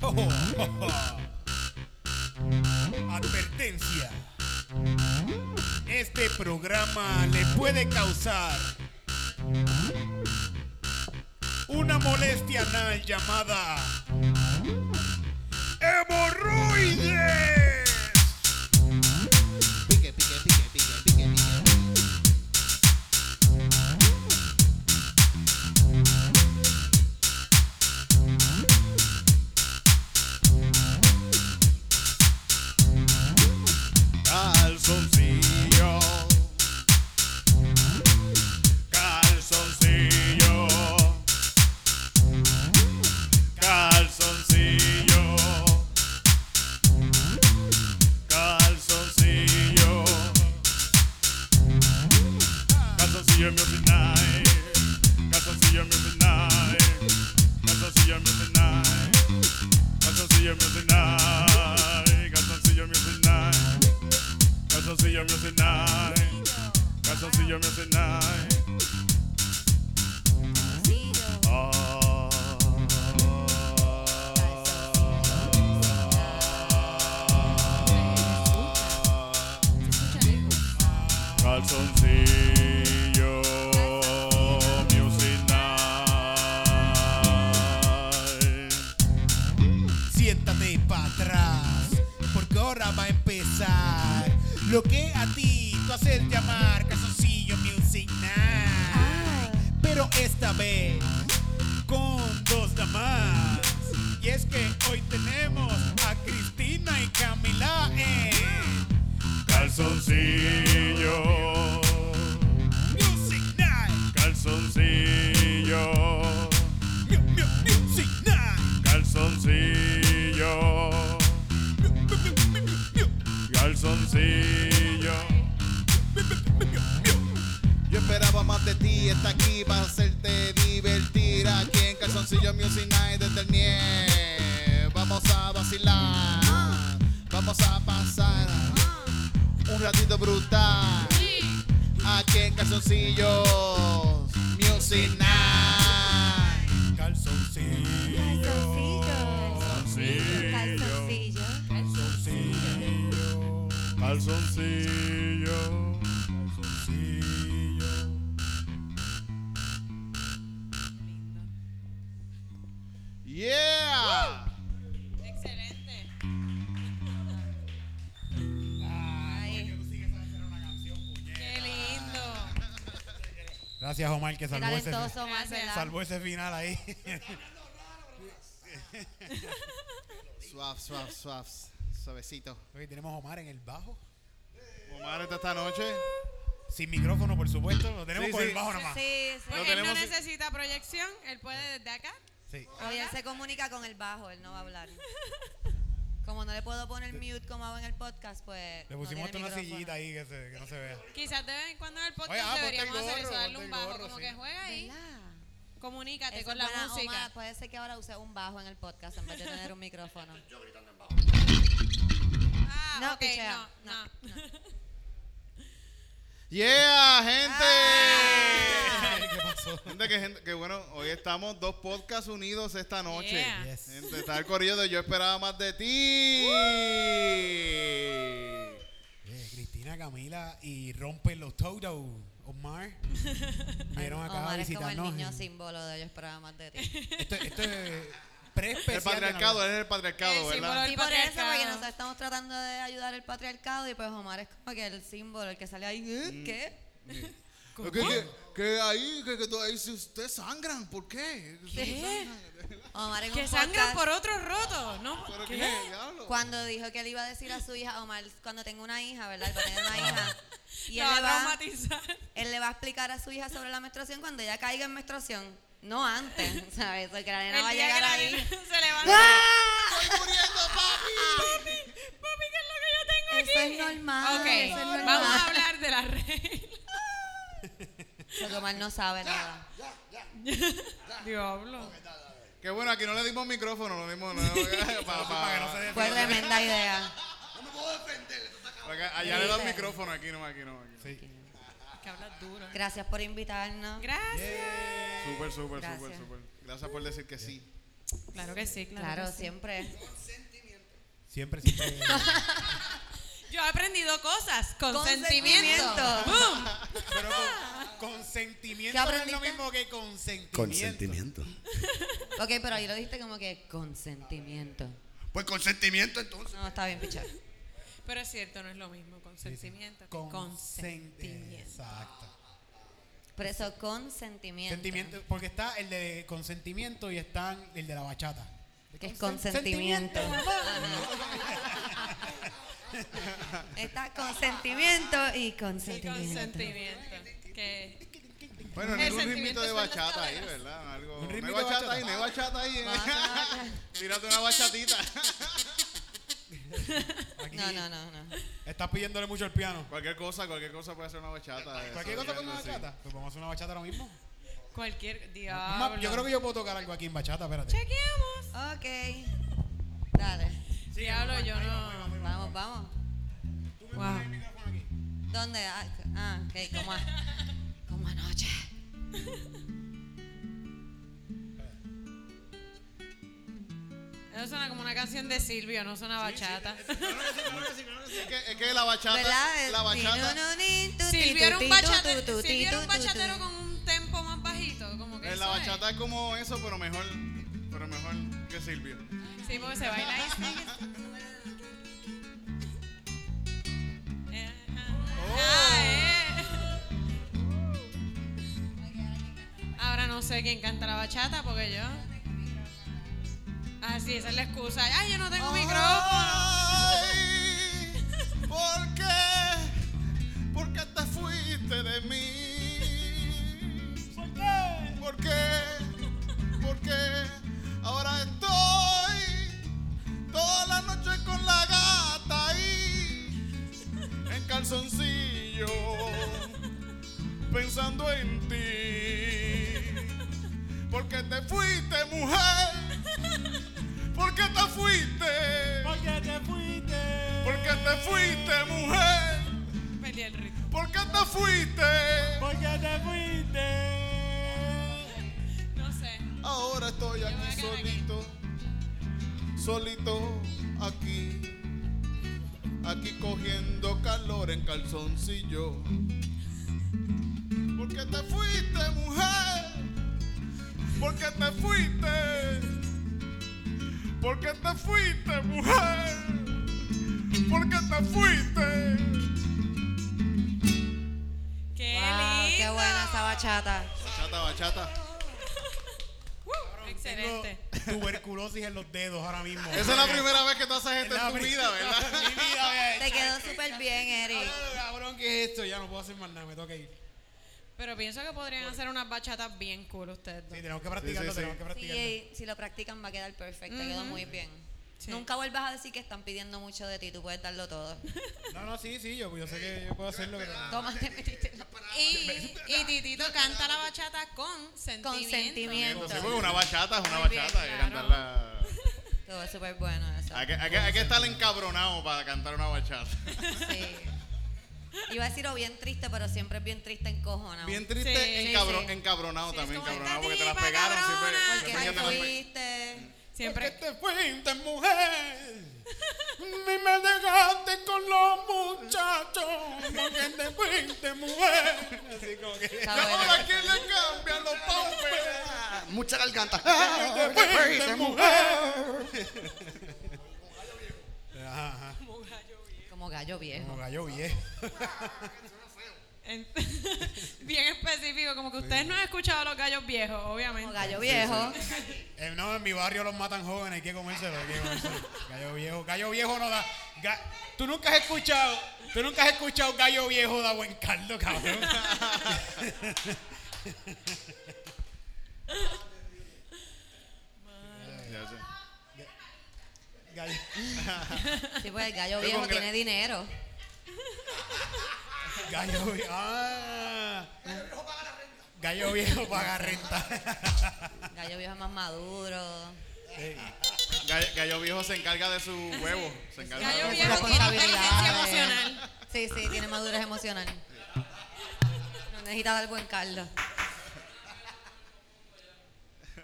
rojo. Advertencia. Este programa le puede causar una molestia anal llamada hemorroides. Pique, pique, pique, pique, pique, pique. Calzoncillo. Calzoncillo. Calzoncillo. Calzoncillo. Calzoncillo Music Night. eh. Calzoncillo Music Night. eh. Calzoncillo Music Night. eh. Calzoncillo Music Night. eh. Calzoncillo Music Night. Calzoncillo Music Night. Calzoncillo Music Night. Ah. Calzoncillo Music Night. Siéntate para atrás, porque ahora va a empezar lo que a ti tú haces llamar calzoncillo music night. Pero esta vez con dos damas. Y es que hoy tenemos a Cristina y Camila en Calzoncillo. Music Night. Calzoncillo. Mu- mu- Music Night. Calzoncillo. Mu- mu- mu- mu- mu- Calzoncillo. Yo esperaba más de ti, está aquí para hacerte divertir. Aquí en Calzoncillo Music Night desde el NIE. Vamos a vacilar, vamos a pasar un ratito brutal. Aquí en Calzoncillo Music Night. Calzoncillo. Calzoncillo. Calzoncillo. Calzoncillo. Yeah. Excelente. Qué lindo. Gracias Omar que Qué salvó ese, talentoso, más, Gracias. ¿verdad? salvó ese final ahí. Suave, suave, suave, suavecito. Hoy tenemos a Omar en el bajo. Omar está esta noche. Sin micrófono, por supuesto. Lo tenemos Sí, con sí. el bajo nada más. Sí, sí. Pues Lo él no tenemos- necesita proyección, él puede desde acá. Sí. Hoy él se comunica con el bajo, él no va a hablar. Como no le puedo poner mute como hago en el podcast, pues. Le no pusimos hasta tiene una micrófono. sillita ahí que, se- que no se vea. Quizás de vez en cuando en el podcast Oye, ah, ponte el deberíamos hacer eso, gorro, darle un ponte el bajo, gorro, como sí. que juega ahí, ¿Verdad? comunícate Eso con es la buena, música. Omar. puede ser que ahora use un bajo en el podcast en vez de tener un micrófono. Ah, No, ok, pichea, no, no, no. Yeah, gente. Ah. ¿Qué pasó? Gente, que, gente, que bueno, hoy estamos dos podcasts unidos esta noche. Yeah. Yes. Gente, está el corrido de Yo Esperaba Más de Ti. Eh, Cristina, Camila y rompen los Toto. Omar. Vieron acá a Omar es como el visitarnos. niño símbolo de ellos esperaba más de ti. Esto, esto es El pre-especial. de eh. patriarcado, Navidad. eres el patriarcado, El símbolo ¿verdad? del- Y por eso, porque patriarcado. nosotros estamos tratando de ayudar al patriarcado y pues Omar es como que el símbolo, el que sale ahí, "¿Eh? ¿qué? Que, que, que ahí, que, que tú- ahí, si ustedes sangran, ¿por qué? ¿Qué? Omar en Que un sangran podcast- por otro roto, ¿no? ¿Pero qué? ¿Qué? diablo? Cuando dijo que le iba a decir a su hija, Omar, cuando tenga una hija, ¿verdad? Cuando tenga una hija. Y él La va le, a va, traumatizar. él le va a explicar a su hija sobre la menstruación cuando ella caiga en menstruación. No antes, ¿sabes? Porque la nena El va a día que llegar la ahí. nena se levanta. ¡Ah! ¡Estoy muriendo, papi! Papi, ¿qué es lo que yo tengo aquí? Eso es normal, Ok, eso es normal. vamos a hablar de la regla. Porque Omar no sabe nada. Diablo. Que bueno, aquí no le dimos micrófono, lo dimos. No, para, Para que no se dé- Fue tremenda idea. allá le dan micrófono, aquí no, aquí no. Aquí. Sí. Que hablas duro. Gracias por invitarnos. Gracias. Súper, súper, súper, Gracias. súper. Gracias por decir que sí. Claro que sí, claro. Claro, que sí. siempre. Siempre, siempre. Yo he aprendido cosas. Consentimiento. Consentimiento. Boom. Pero con- ¿Qué consentimiento no es lo aprendiste? mismo que consentimiento. Consentimiento. Ok, pero ahí lo dijiste como que consentimiento. Pues consentimiento entonces. No, está bien, pichar. Pero es cierto, no es lo mismo consentimiento que Consen- consentimiento. Exacto. Por eso consentimiento. Sentimiento, porque está el de consentimiento y está el de la bachata. Que es consentimiento. Ajá. Está consentimiento y Y consentimiento. consentimiento. Que Bueno, El ningún sentimiento ritmito de son las bachata ahí, tablas. ¿verdad? Algo. Un No hay ritmito de bachata bachata. ahí, no hay bachata ahí. ¿eh? Bachata. Tírate una bachatita. Aquí No, no, no, no. Estás pidiéndole mucho al piano. cualquier cosa, cualquier cosa puede ser una bachata. eso, ¿Cualquier cosa con una algo así. bachata? Pues vamos a hacer una bachata ahora mismo. cualquier Ah, Es diablo. más, yo creo que yo puedo tocar algo aquí en bachata, espérate. Chequeamos. Ok. Dale. diablo, yo no. Vamos, vamos. Wow. ¿Dónde? Ah, ah, ok, como, a- como anoche. Eso suena como una canción de Silvio, no suena bachata. Es que, es que la bachata. ¿Verdad? La bachata. Silvio era un bachatero, Silvio era un bachatero con un tempo más bajito, como que eh, la eso es. bachata es como eso, pero mejor. Pero mejor que Silvio. Sí, porque se baila y sigue. Eh, Oh. ah, eh. Ahora no sé quién canta la bachata porque yo. Ah, sí, esa es la excusa. Ay, yo no tengo Oh. micrófono. Ay, ¿Por qué? ¿Por qué te fuiste de mí? ¿Por qué? ¿Por qué? ¿Por qué? Ahora estoy toda la noche con la gata ahí en calzoncillo pensando en ti. ¿Por qué te fuiste, mujer? ¿Por qué te fuiste? Porque te fuiste. ¿Por qué te fuiste, mujer? Perdí el ritmo. ¿Por qué te fuiste? Porque te fuiste. No sé. Ahora estoy voy a aquí quedar aquí. solito, solito aquí, aquí cogiendo calor en calzoncillo. ¿Por qué te fuiste, mujer? ¿Por qué te fuiste? ¿Por qué te fuiste, mujer? ¿Por qué te fuiste? ¡Qué Wow, lindo! qué buena esa bachata. Bachata, bachata. Uh, Excelente. Tengo tuberculosis en los dedos ahora mismo. Esa es la primera vez que tú haces esto la en tu pri- vida, ¿verdad? Mi vida, vea. Te quedó súper bien, Eric. Cabrón, Cabrón, ¿qué es esto? Ya no puedo hacer más nada, me tengo que ir. Pero pienso que podrían hacer unas bachatas bien cool ustedes Sí, dos. tenemos que practicarlo, Sí, sí, sí. tenemos que practicarlo. Sí, si lo practican va a quedar perfecto, te quedó muy bien. Sí. Nunca vuelvas a decir que están pidiendo mucho de ti, tú puedes darlo todo. No, no, sí, sí, yo, yo sé que yo puedo hacerlo. pero- Ah, Toma, te metiste Y, y Titito canta la bachata con sentimiento. con sentimiento. Sí, porque una bachata es una Muy bien, bachata. Hay que claro. cantarla. Todo súper bueno eso. Hay que, hay que- hay que estar encabronado para cantar una bachata. Sí. Iba a decir o bien triste, pero siempre es bien triste encojonado. Bien triste, Sí, encabro- sí, sí. encabronado Sí, es también, como esta encabronado, porque te las tipa pegaron cabrona. siempre. Porque siempre te te las pe- fuiste. Porque Siempre. te fuiste, Este mujer. Ni me dejaste con los muchachos. Porque te fuiste, mujer. Así como que. Está Y ahora bueno. que le cambian los paupes. Mucha garganta. Te fuiste, mujer. Ajá, ajá. Como gallo viejo. Como gallo viejo. en- bien específico, como que ustedes no han escuchado los gallos viejos, Como obviamente. gallo viejo. Eh, no, en mi barrio los matan jóvenes, hay que comérselo, hay que comérselo. Gallo viejo, gallo viejo no da. ga- tú nunca has escuchado, tú nunca has escuchado gallo viejo da buen caldo, cabrón. Ya sé. Gallo- Sí, pues el gallo Yo viejo como que- tiene dinero. Gallo viejo. Ah. Gallo viejo paga renta. Gallo viejo es más maduro. Gallo, Gallo Viejo se encarga de su huevo. Se encarga Gallo de Tiene su sus viejo tiene inteligencia responsabilidades. emocional. Sí, sí, tiene madurez emocional. No necesita dar buen caldo.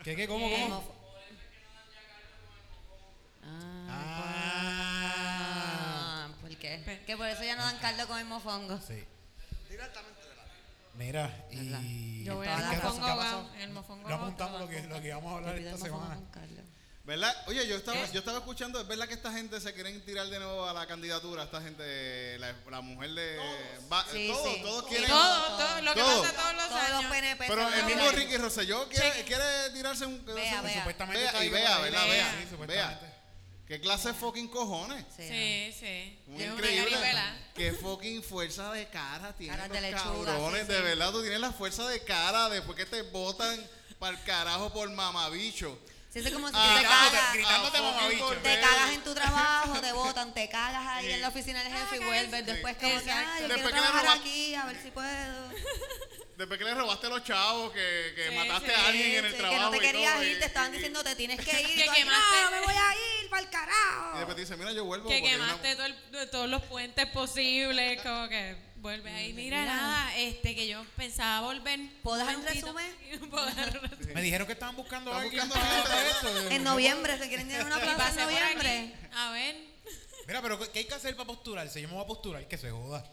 ¿Qué, qué, cómo, Como cómo? Ah, ¿por qué? Que por eso ya no dan caldo con el mofongo. Sí. Directamente de la Mira, y. Yo voy Todas al las mofongo cosas que ahogado. pasó. En el mofongo No ahogado te apuntamos lo que, dan lo que vamos a hablar Olvida esta el mofongo semana. con caldo. ¿Verdad? Oye, yo estaba, ¿Qué? yo estaba escuchando, es verdad que esta gente se quieren tirar de nuevo a la candidatura, esta gente, la, la mujer de... va- Sí, todos, sí. todos Sí, quieren... Todo, todo, lo que Todo. pasa todos los Todos los años. PNP Pero son el mismo iguales. Ricky Rosselló quiere, Chequen. quiere tirarse un... Vea, vea. Supuestamente Vea, está y ahí por vea, ahí. ¿verdad? Sí, Vea, supuestamente. vea. ¿Qué clase de fucking cojones? Sí. Sí, sí. Muy Es una increíble. caripela. Qué fucking fuerza de cara tienen Caras los de lechuga, cabrones. sí, De sí. verdad, tú tienes la fuerza de cara después que te botan para el carajo por mamabicho. Sí, es como si tú Ah, te gritándote, cagas. gritándote Ah, fucking mamabicho. cordero. Te cagas en tu trabajo, te botan, te cagas ahí en la oficina del jefe y vuelves después como que, ah, yo Después quiero que le trabajar roba- aquí, a ver si puedo. Después que le robaste a los chavos, que, que Sí, mataste sí, a alguien en el Sí, Este, que no trabajo. te y querías todo, y- ir, te estaban y- diciendo te tienes que ir. Que y tú ahí, quemaste- No, me voy a ir para el Y después te carajo. dice, mira, yo vuelvo. Que porque yo no- quemaste todo el- todos los puentes posibles, como que vuelve ahí. Mira, nada, este, que yo pensaba volver. ¿Puedo dar un prontito. Puedo dar un resumen. Me dijeron que estaban buscando a Están alguien buscando para gente. esto. En noviembre, se quieren llevar una Y plaza en pasé por aquí. noviembre. A ver. Mira, pero ¿qué qué hay que hacer para postularse? Yo me voy a postular, que se joda.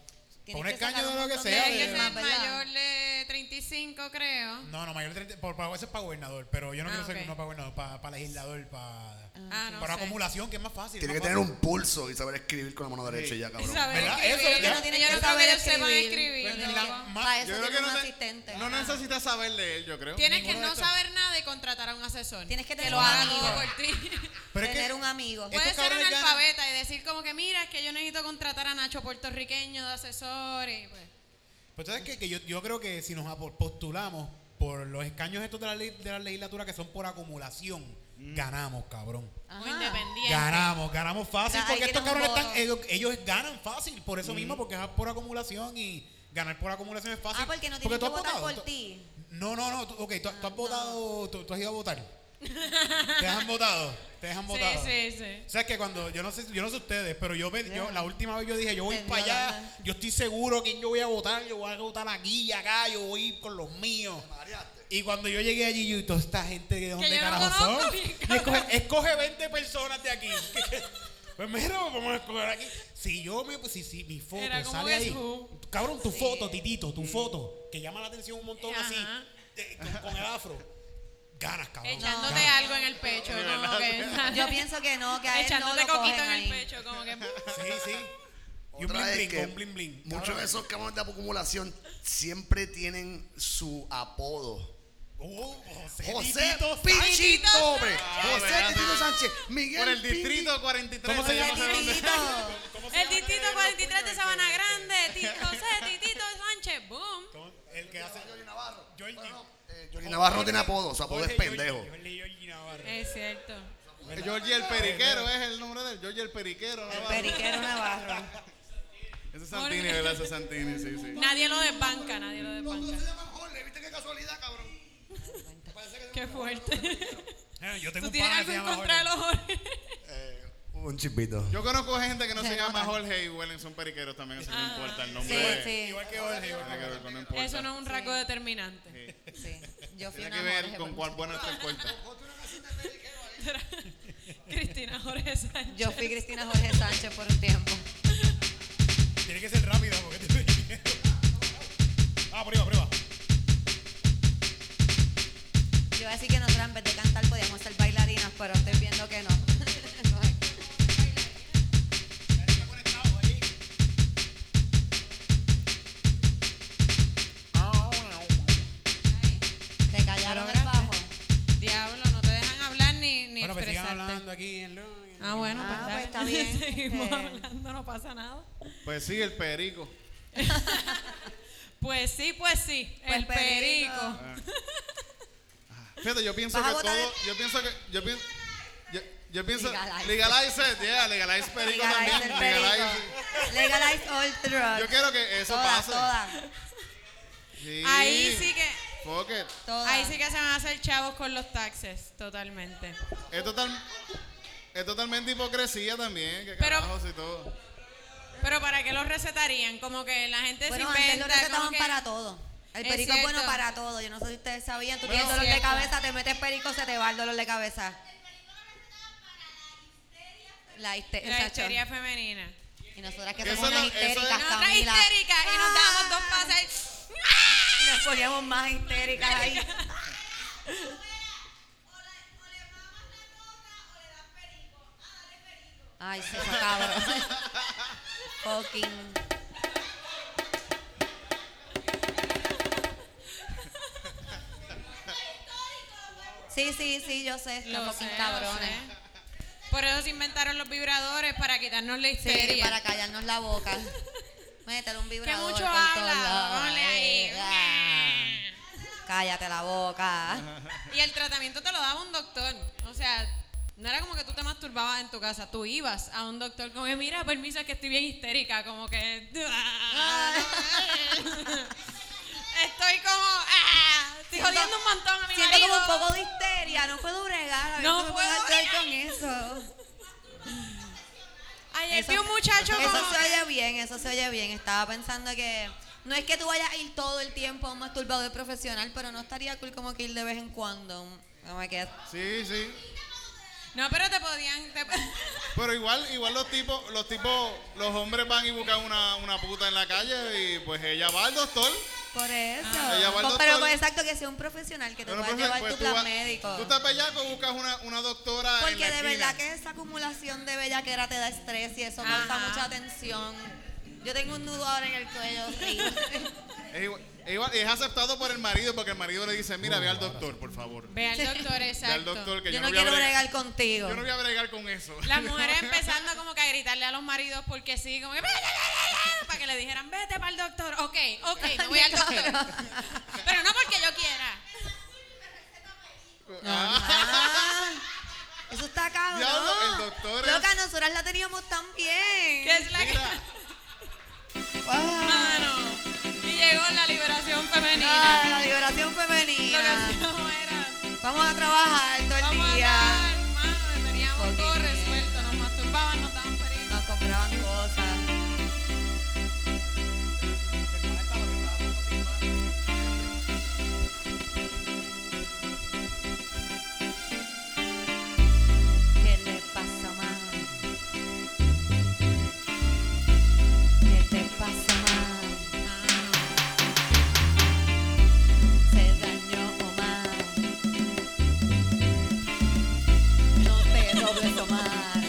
Tienes Poner que sacar caño un de lo que montón de sea. Tienes Sí, que de- más, ser ¿verdad? mayor de 35, creo. No, no, mayor de 30, por, para veces para gobernador, pero yo no Ah, quiero ser ok. no para gobernador, para, para legislador, para, Ah, no para sé. acumulación, que es más fácil. Tiene que más tener fácil. un pulso y saber escribir con la mano derecha Sí. ya, cabrón. Saber ¿Verdad? Eso, escribir. ¿verdad? Yo no Tienes que creo que saber ellos sepan escribir. escribir. Pues, ¿no? la ma- Para Yo eso creo tienes que un no, te- asistente. no Ajá. necesitas saber leer, yo creo. Tienes que ninguno de no estos- saber nada y contratar a un asesor. Tienes que que tener lo un haga amigo. todo Ah, por ti. Pero es que- Tener un amigo. Estos Puede ser un cabrones ganan- alfabeta y decir como que mira, es que yo necesito contratar a Nacho puertorriqueño de asesor y pues. Pues sabes qué? que yo, yo creo que si nos apo- postulamos por los escaños estos de la, ley- de la legislatura que son por acumulación, Mm. ganamos, cabrón. Muy independiente. Ganamos, ganamos fácil, Ahí porque estos tienes un cabrones están, voto. ellos, ellos ganan fácil, por Mm. eso mismo, porque es por acumulación y ganar por acumulación es fácil. Ah, porque no tienes tú que has votar votado, por tú- ti. No, no, no, tú, ok, tú, Ah, tú has votado, tú, tú has ido a votar. Te han votado, te han votado. Sí, sí, sí. O sea, es que cuando, yo no sé, yo no sé ustedes, pero yo, me- yo Yeah. la última vez yo dije, yo voy Entendió, para allá, ¿verdad? yo estoy seguro que yo voy a votar, yo voy a votar aquí y acá, yo voy a ir con los míos. Y cuando yo llegué allí, yo, ¿y toda esta gente de dónde yo no carajo conozco, son? bien Y escoge, escoge 20 personas de aquí. pues mira, vamos a escoger aquí. Si yo me, pues, si, si mi foto Era como sale ahí, Guess Who. cabrón, tu foto, titito, tu foto, que llama la atención un montón así, Ajá. eh, con, con el afro, ganas, cabrón. Echándote ganas. algo en el pecho, no, que- Yo pienso que no, que a él no Echándote lo coquito cogen en el ahí. pecho, como que Sí, sí. Y un Otra bling es bling, que con un bling bling. Muchos Cabrón. de esos cabrones de acumulación siempre tienen su apodo. Oh, José, José Titito Sánchez. Pichito, hombre. Sánchez. José Ah, Titito ¿verdad? Sánchez. Miguel Por el Piti. distrito 43. ¿Cómo se allá llama? no sé dónde. Titito. el distrito 43 de Sabana Grande, Ti- José Titito Sánchez, boom. Con El que hace. Jorge Navarro. Jordi. Bueno, eh, Jordi Navarro no tiene apodo, su apodo es Jorge pendejo. Jordi, Jordi, Jordi Navarro. Es cierto. Georgie el eh. Periquero es el nombre de él. Georgie el Periquero. El Navarro. periquero Navarro. Ese es Santini, ¿verdad? Ese es Santini, sí, sí. Nadie lo desbanca, nadie lo desbanca. llaman Jorge, ¿viste qué casualidad, cabrón? Qué fuerte. Eh, Yo tengo ¿Tú un tienes pana que algo se en llama contra de Jorge. los Jorge? Un chipito. Yo conozco gente que no se Se llama nota. Jorge y huelen, son periqueros también, eso no importa el nombre. Ah, Sí, de- sí. Igual que Jorge. igual Tiene que que Jorge. ver, no importa. Eso no es un rasgo determinante. Sí, yo fui Tiene una que ver Jorge, pues. por con cuán mucho- bueno este está el cuento. Cristina Jorge Sánchez. Yo fui Cristina Jorge Sánchez por un tiempo. Tiene que ser rápido porque te estoy viendo. Ah, prueba, prueba. Yo iba a decir que nosotras en vez de cantar podíamos ser bailarinas, pero estoy viendo que no. No es. Te callaron el bajo. Diablo, no te dejan hablar ni, ni Bueno, pues sigan expresarte. hablando aquí en lo- Ah, bueno, Ah, pues, pues, dale. está bien. Seguimos Este- hablando, no pasa nada. Pues sí, el perico. Pues sí, pues sí, Pues, el perico. Fíjate, yo pienso Vas a que votar todo. el- Yo pienso que. Yo pienso. Yo, yo pienso. Legalize. Legalize it, yeah, legalize perico Legalize el también. Legalize. perico. Legalize all drugs. Yo quiero que eso todas, pase. todas, Sí. Ahí sí que, Fuck it. todas. ahí sí que se van a hacer chavos con los taxes, totalmente. Es, total, es totalmente hipocresía también. Que Pero- carajos y todo. Pero ¿para qué los recetarían? Como que la gente Bueno, se antes lo inventa. como recetaban que, para todo. El Es perico es, bueno cierto. para todo. Yo no sé si ustedes sabían. Tú Bueno, tienes dolor de cierto. cabeza, te metes perico, se te va el dolor de cabeza. La, histe- La exacto. histeria femenina. Y nosotras que Eso somos no- unas eso es- histéricas, Nosotras Camila. histéricas y nos damos dos pases. Y nos poníamos más histéricas ahí. Ay, se fue cabrón. Fucking. Sí, sí, sí, yo sé, Lo están fucking sé, cabrones. lo sé. Por eso se inventaron los vibradores para quitarnos la Sí, histeria. para callarnos la boca. Métele un que vibrador mucho por todos habla, lados. ponle ahí. Ah. Cállate la boca. Y el tratamiento te lo daba un doctor. O sea, no era como que tú te masturbabas en tu casa. Tú ibas a un doctor como que, mira, permiso, es que estoy bien histérica. Como que... "Ah". estoy como... "Ah, estoy jodiendo un montón a mi Siento como un marido". poco de histeria, no puedo bregar, a ver No cómo me puedo puedo hacer bregar. con eso. Ayer Eso- vi un muchacho Eso como... se oye bien, eso se oye bien. Estaba pensando que no es que tú vayas a ir todo el tiempo a un masturbador profesional, pero no estaría cool como que ir de vez en cuando. Como que Sí, sí. No, pero te podían... te- Pero igual, igual los tipos, los tipos, los hombres van y buscan una, una puta en la calle y pues ella va al doctor. por eso. Ah. ella va al Pues, pero doctor. pues, exacto que sea un profesional que te Pero, pueda profe, llevar pues, tu plan vas- médico. Tú estás bellaco, buscas una, una doctora en la Porque de esquina. verdad que esa acumulación de bellaquera te da estrés y eso Ajá. causa mucha tensión. Yo tengo un nudo ahora en el cuello. sí. Es, igual- es igual- es aceptado por el marido porque el marido le dice, mira, ve al doctor, por favor. Ve al doctor, Ve exacto. al doctor que yo, yo, no voy a quiero bregar- bregar contigo. Yo no voy a bregar con eso. Las mujeres empezando como que a gritarle a los maridos porque sí, como que "Vete, vete, vete", para que le dijeran, vete para el doctor. Ok, ok, me voy al doctor. Pero no porque yo quiera. Ajá. Ah, Eso está cabrón. Diablo, el doctor es- Loca, nosotras la teníamos tan bien. Que es la que... Mira, Mano, y llegó la liberación femenina. Ah, la liberación Lo que femenina. hacíamos era, Vamos a trabajar todo el vamos a día. dar, hermano, teníamos Fucking todo bien. resuelto, nos masturbaban, nos daban perico. Nos compraban cosas. ¿Qué le pasa, man? ¿Qué te pasa, man? Se dañó Omar. No te robles, Omar.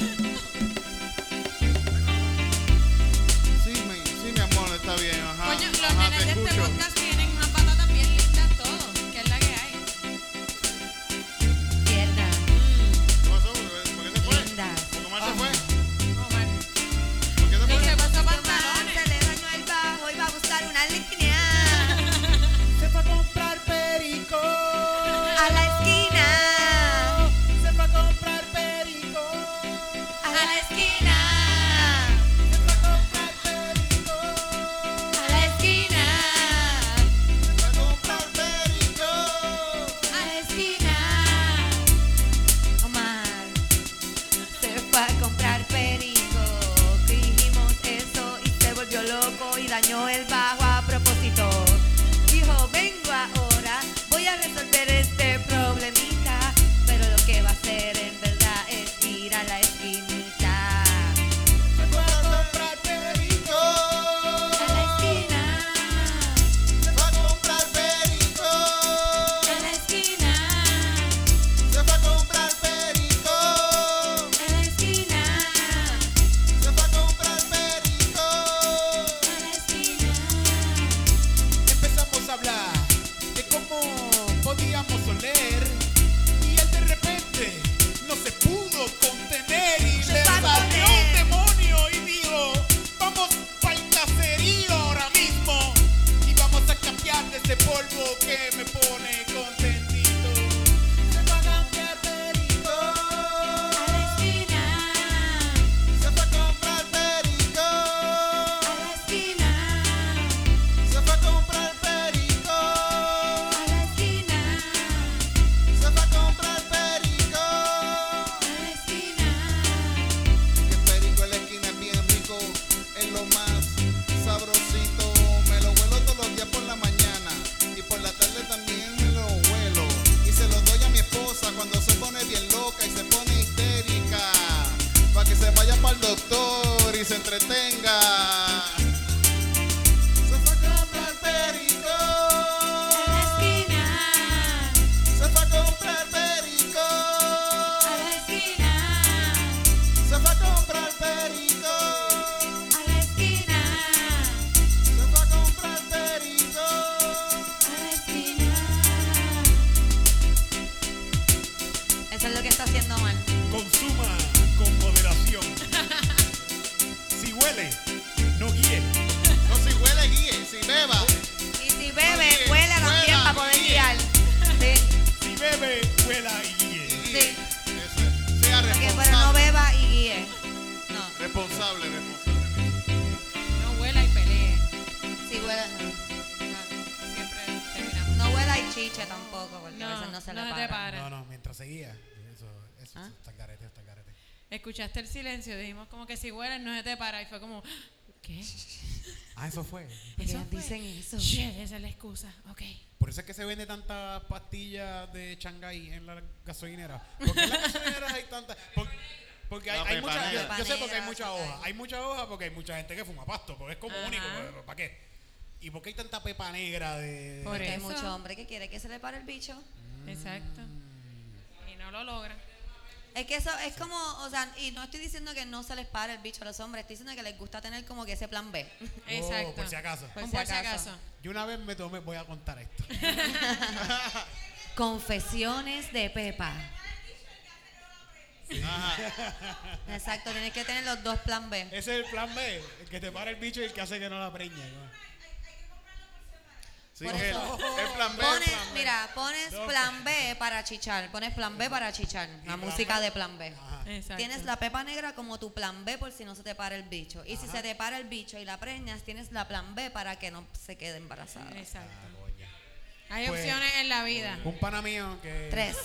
Sí, mi, sí, mi amor, está bien. Ajá, Ah. Coño, los ajá, nenes Ah, te de este escucho. podcast tienen unas patatas bien lindas todos, que es la que hay. Tierna, Mm. ¿Qué pasó? ¿Por qué se fue? linda. ¿Por qué Omar se fue? Omar, ¿Por qué se ¿qué fue? se pasó Omar pantalones? se le dañó el bajo y va a buscar una línea Se fue a comprar perico. a la esquina, Se fue a comprar perico. a la esquina, Se fue a comprar perico. a la esquina, Se fue a comprar perico. a la esquina. Omar se fue a comprar perico, dijimos eso y se volvió loco y dañó el bajo a propósito. Dijo, vengo ahora, voy a resolver este problemita, pero lo que va a hacer en verdad es ir a la esquinita. Se fue a comprar perico. A la esquina, Se fue a comprar perico. a la esquina, Se fue a comprar perico. a la esquina, Se fue a comprar perico. a la esquina, Empezamos a hablar de cómo podíamos oler y él de repente yo tampoco, porque a veces no se le no para. te pares. No, no, mientras seguía. Eso, eso, Ah. eso está al garete, está al garete. Escuchaste el silencio, dijimos como que si hueles no se te para. Y fue como, ¿qué? Ah, eso fue. Ellas Pues fue. dicen eso. Shit, esa es la excusa. Ok. Por eso es que se vende tantas pastillas de Shanghai en la gasolinera. Porque en las gasolineras hay tantas. por- porque hay, La hay mucha- pepanera. yo, yo sé porque hay Pepanera, mucha hoja. Shanghai. Hay mucha hoja porque hay mucha gente que fuma pasto, porque es como Ajá. único. pero ¿Para qué? ¿Y por qué hay tanta pepa negra de.? Por Porque hay eso. mucho hombre que quiere que se le pare el bicho. Mm. Exacto. Y no lo logran. Oh, Es que eso es como, o sea, y no estoy diciendo que no se les pare el bicho a los hombres, estoy diciendo que les gusta tener como que ese plan B. Oh, Exacto. por si acaso. Por Un si por si acaso. acaso. Yo una vez me tomé, voy a contar esto. Confesiones de Pepa. Ajá. Exacto, tienes que tener los dos plan B. Ese es el plan B, el que te para el bicho y el que hace que no la preñe. ¿no? Sí, Por el, eso- el plan B. pues. el Pones, plan B. mira, pones No. plan B para chichar, pones plan B para chichar, la plan música B. de plan B. Ajá. Exacto. Tienes la pepa negra como tu plan B por si no se te para el bicho. Y si Ajá. se te para el bicho y la preñas, tienes la plan B para que no se quede embarazada. Ah, Exacto. coño. Hay Pues- opciones en la vida. Un pana mío que. Tres.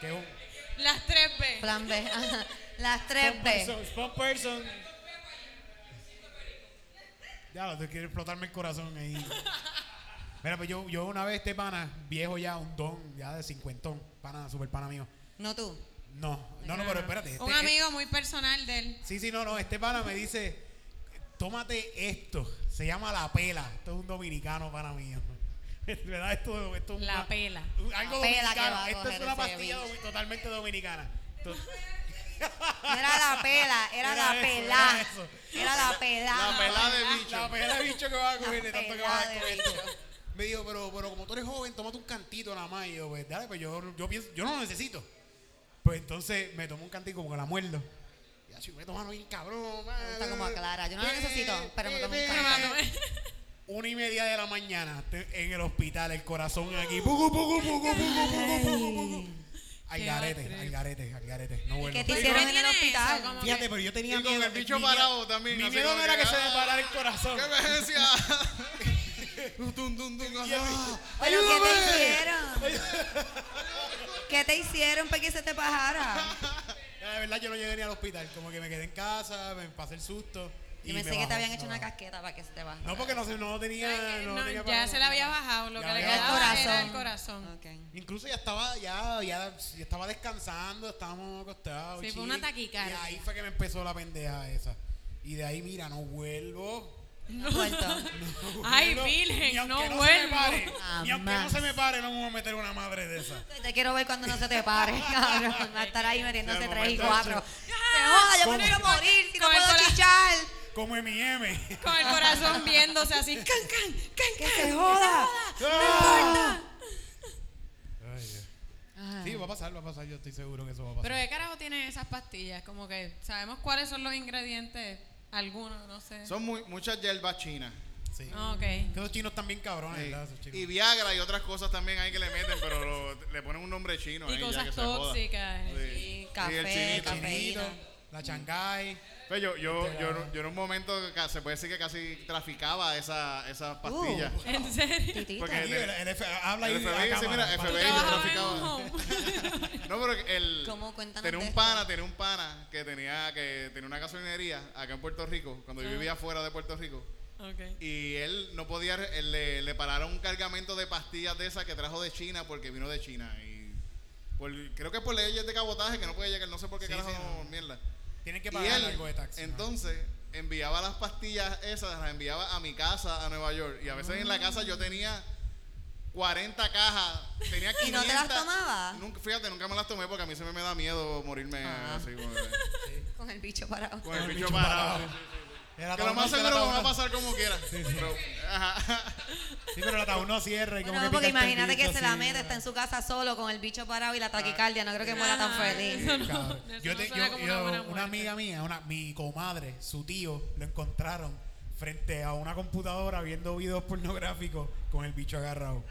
Que un. Las tres B. Plan B. ajá. Las tres Spon B. person. Spon person. Ya, lo te quiere explotarme el corazón ahí. Mira, pues yo, yo una vez este pana, viejo ya, un don, ya de cincuentón, pana, super pana mío. No tú. No, no, no, pero espérate. este- Un amigo muy personal de él. Sí, sí, no, no. Este pana me dice, tómate esto. Se llama la pela. Esto es un dominicano pana mío. ¿Verdad? Esto, esto es La una- pela. Algo La pela que dominicano. va a Esto es coger una ese pastilla bicho. domi- totalmente dominicana. To- Era la pela, era Era la eso, era pela. eso. Era la pela. La pelá de La bicho. pela de bicho que vas a coger de tanto que pelada vas a de comer. bicho. Me dijo, pero, pero como tú eres joven, tómate un cantito nada más. Y yo, pues dale, pues yo, yo pienso, yo no lo necesito. Pues entonces me tomó un cantito como que la muerdo. Y así me tomaron bien cabrón, man. gusta como aclara, yo no la necesito, pero me tomo un Eh, cantito. eh, Una y media de la mañana te- en el hospital, el corazón aquí. Pucu, pucu, pucu, pucu, pucu, pucu, pucu. Al Qué garete, horrible. al garete, al garete. No vuelvo. ¿Qué te ¿Por hicieron qué en el tiene hospital? eso? Como que- Fíjate, pero yo tenía Y con miedo. el bicho mi miedo- parado también, Mi así miedo como no era que, que se me ah. parara el corazón. ¿Qué me decía? Dun, dun, dun, Ah, Y yo, ajá. ¿Pero qué ¡ayúdame! te hicieron? ¿Qué te hicieron para que se te bajara? Ya, De verdad yo no llegué ni al hospital, como que me quedé en casa, me pasé el susto. Y Yo pensé me que bajó, te habían hecho me una bajó. casqueta para que se te bajara. No, porque no, se- no tenía... Ay, que no no, tenía ya para- se le había bajado, lo Ya que le había Era el quedaba corazón. era el corazón. Ok. Incluso ya estaba, ya, ya, ya estaba descansando, estábamos acostados. Sí, fue chill. una taquicardia. Y ahí fue que me empezó la pendeja esa. Y de ahí, mira, no vuelvo. No. Vuelto. no Ay, vuelvo, ni virgen, aunque no se me vuelvo. pare, ni aunque no Jamás. se me pare, no me voy a meter una madre de esa. Te quiero ver cuando no se te pare, cabrón. Va a estar ahí metiéndose De tres y momento, cuatro. sí. ¡Te joda! Yo ¿Cómo? me quiero morir si no Con el puedo corazón. chichar. Como M&M. Con el corazón viéndose así, can, can, can, ¡Que can. se joda! ¡Ah! Ay, Dios. Sí, va a pasar, va a pasar, yo estoy seguro que eso va a pasar. Pero ¿qué carajo tienen esas pastillas? Como que sabemos cuáles son los ingredientes, algunos, no sé. Ah, Son muy, muchas hierbas chinas. Sí. Ok. Que Esos chinos están bien cabrones, Sí. ¿verdad? Esos chinos. Y Viagra y otras cosas también ahí que le meten, pero lo- le ponen un nombre chino. Y ahí, ya cosas que se joda. tóxicas. Y Sí. Sí, el café, chinito. Chinito, cafeína. la Shanghai. Pues yo, yo, Este, yo, la- yo en un momento ca- se puede decir que casi traficaba esa- esas pastillas. ¿En serio? Titita. Porque- Y el, el F- habla El ahí de la FBI dice, cámara. mira, Pa- FBI. Trabajaba en traficaba. un home. No, pero el ¿Cómo? Cuéntanos tenía de un esto. pana, tenía un pana que tenía que tenía una gasolinería acá en Puerto Rico, cuando yo Ah. vivía fuera de Puerto Rico. Ok. Y él no podía, re- él le, le pararon un cargamento de pastillas de esas que trajo de China porque vino de China. Y por- creo que por leyes de cabotaje que no puede llegar, no sé por qué Sí, carajo, sí, no. mierda. Tienen que Y pagar él, algo de taxi. ¿no? entonces, enviaba las pastillas esas, las enviaba a mi casa, a Nueva York. Y a veces en la casa yo tenía 40 cajas, tenía 500. ¿Y no te las tomabas? Nunca, fíjate, nunca me las tomé porque a mí siempre me da miedo morirme Ah. así como que- Con el bicho parado. con el bicho parado. Era Que lo más Taunón, era seguro me va a Taunón. pasar como quiera. Pero, ajá. Sí, pero la Taunón no cierra. y como Bueno, que porque pica este imagínate que bicho se la así, mete, está en su casa solo con el bicho parado y Ah. la taquicardia. No creo que muera tan Ah, feliz. eso no- cabrón. eso Yo, no te- suena yo- como yo- una buena una, muerte. amiga mía, una, mi comadre, su tío, lo encontraron frente a una computadora viendo videos pornográficos con el bicho agarrado.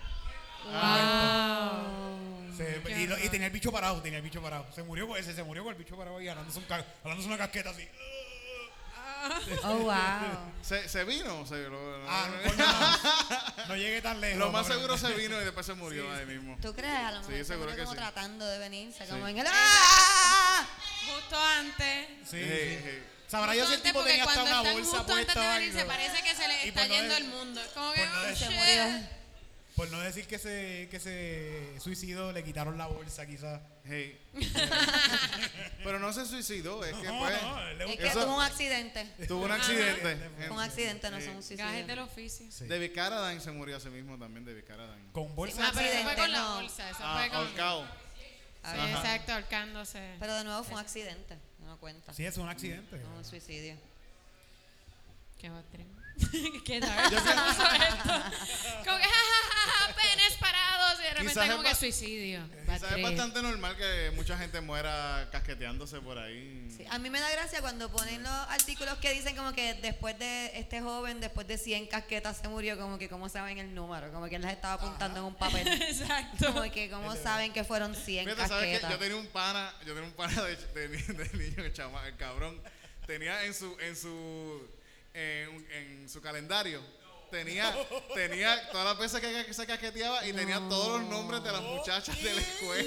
Se- Qué y, lo- y horror. tenía el bicho parado, pues, tenía el bicho parado. Se murió con ese, se murió con el bicho parado y agarrándose, un ca- agarrándose una casqueta así. Oh, wow. ¿Se, se vino? Se- lo, Ah, lo- coño, no, no llegué tan lejos. lo más cabrón. seguro se vino y después se murió ahí mismo. ¿Tú crees? A lo mejor Sí, seguro seguro que como sí. tratando de venirse, como Sí. en el... ¡Ah! Justo antes. Sí, Ey, sí. ey. Sabrá yo si Justo el antes, tipo porque tenía hasta cuando una están bolsa justo antes de puesta. venirse, algo. parece que se le Y está por no yendo de- el mundo. Es como que, por no oh, de- Se shit. murió. Por no decir que se, que se suicidó, le quitaron la bolsa quizás. Hey. Pero no se suicidó, es que No, pues, no, él es Es un- que Eso- tuvo un accidente. tuvo un accidente. Un accidente, no Sí. Ah, son un Gajes del suicidio. oficio. Sí. David Carradine se murió a sí mismo también, David Carradine. Con bolsa. Ah, pero eso fue accidente, con la no. bolsa. Eso Ah, fue con. ahorcado. Sí, Ajá. exacto, ahorcándose. Pero de nuevo fue un accidente, no cuenta. sí, es un accidente. No, un suicidio. Qué botrín. Qué dark. se puso esto. Como que, ja, ja, ja, ja, penes parados. Y de repente, Quizás es como que ba- suicidio. Quizás es Bad trip. bastante normal que mucha gente muera casqueteándose por ahí. Sí, A mí me da gracia cuando ponen los artículos que dicen como que después de este joven, después de 100 casquetas se murió, como que cómo saben el número, como que él las estaba apuntando en un papel. Exacto. Como que cómo saben que fueron 100 Fíjate, ¿sabes qué? Yo casquetas. tenía un pana, yo tenía un pana de, de ni- de niño, el chama- el cabrón. Tenía en su, en su, en, en su calendario, tenía, tenía todas las veces que, que se casqueteaba y tenía todos los nombres de las muchachas de la escuela.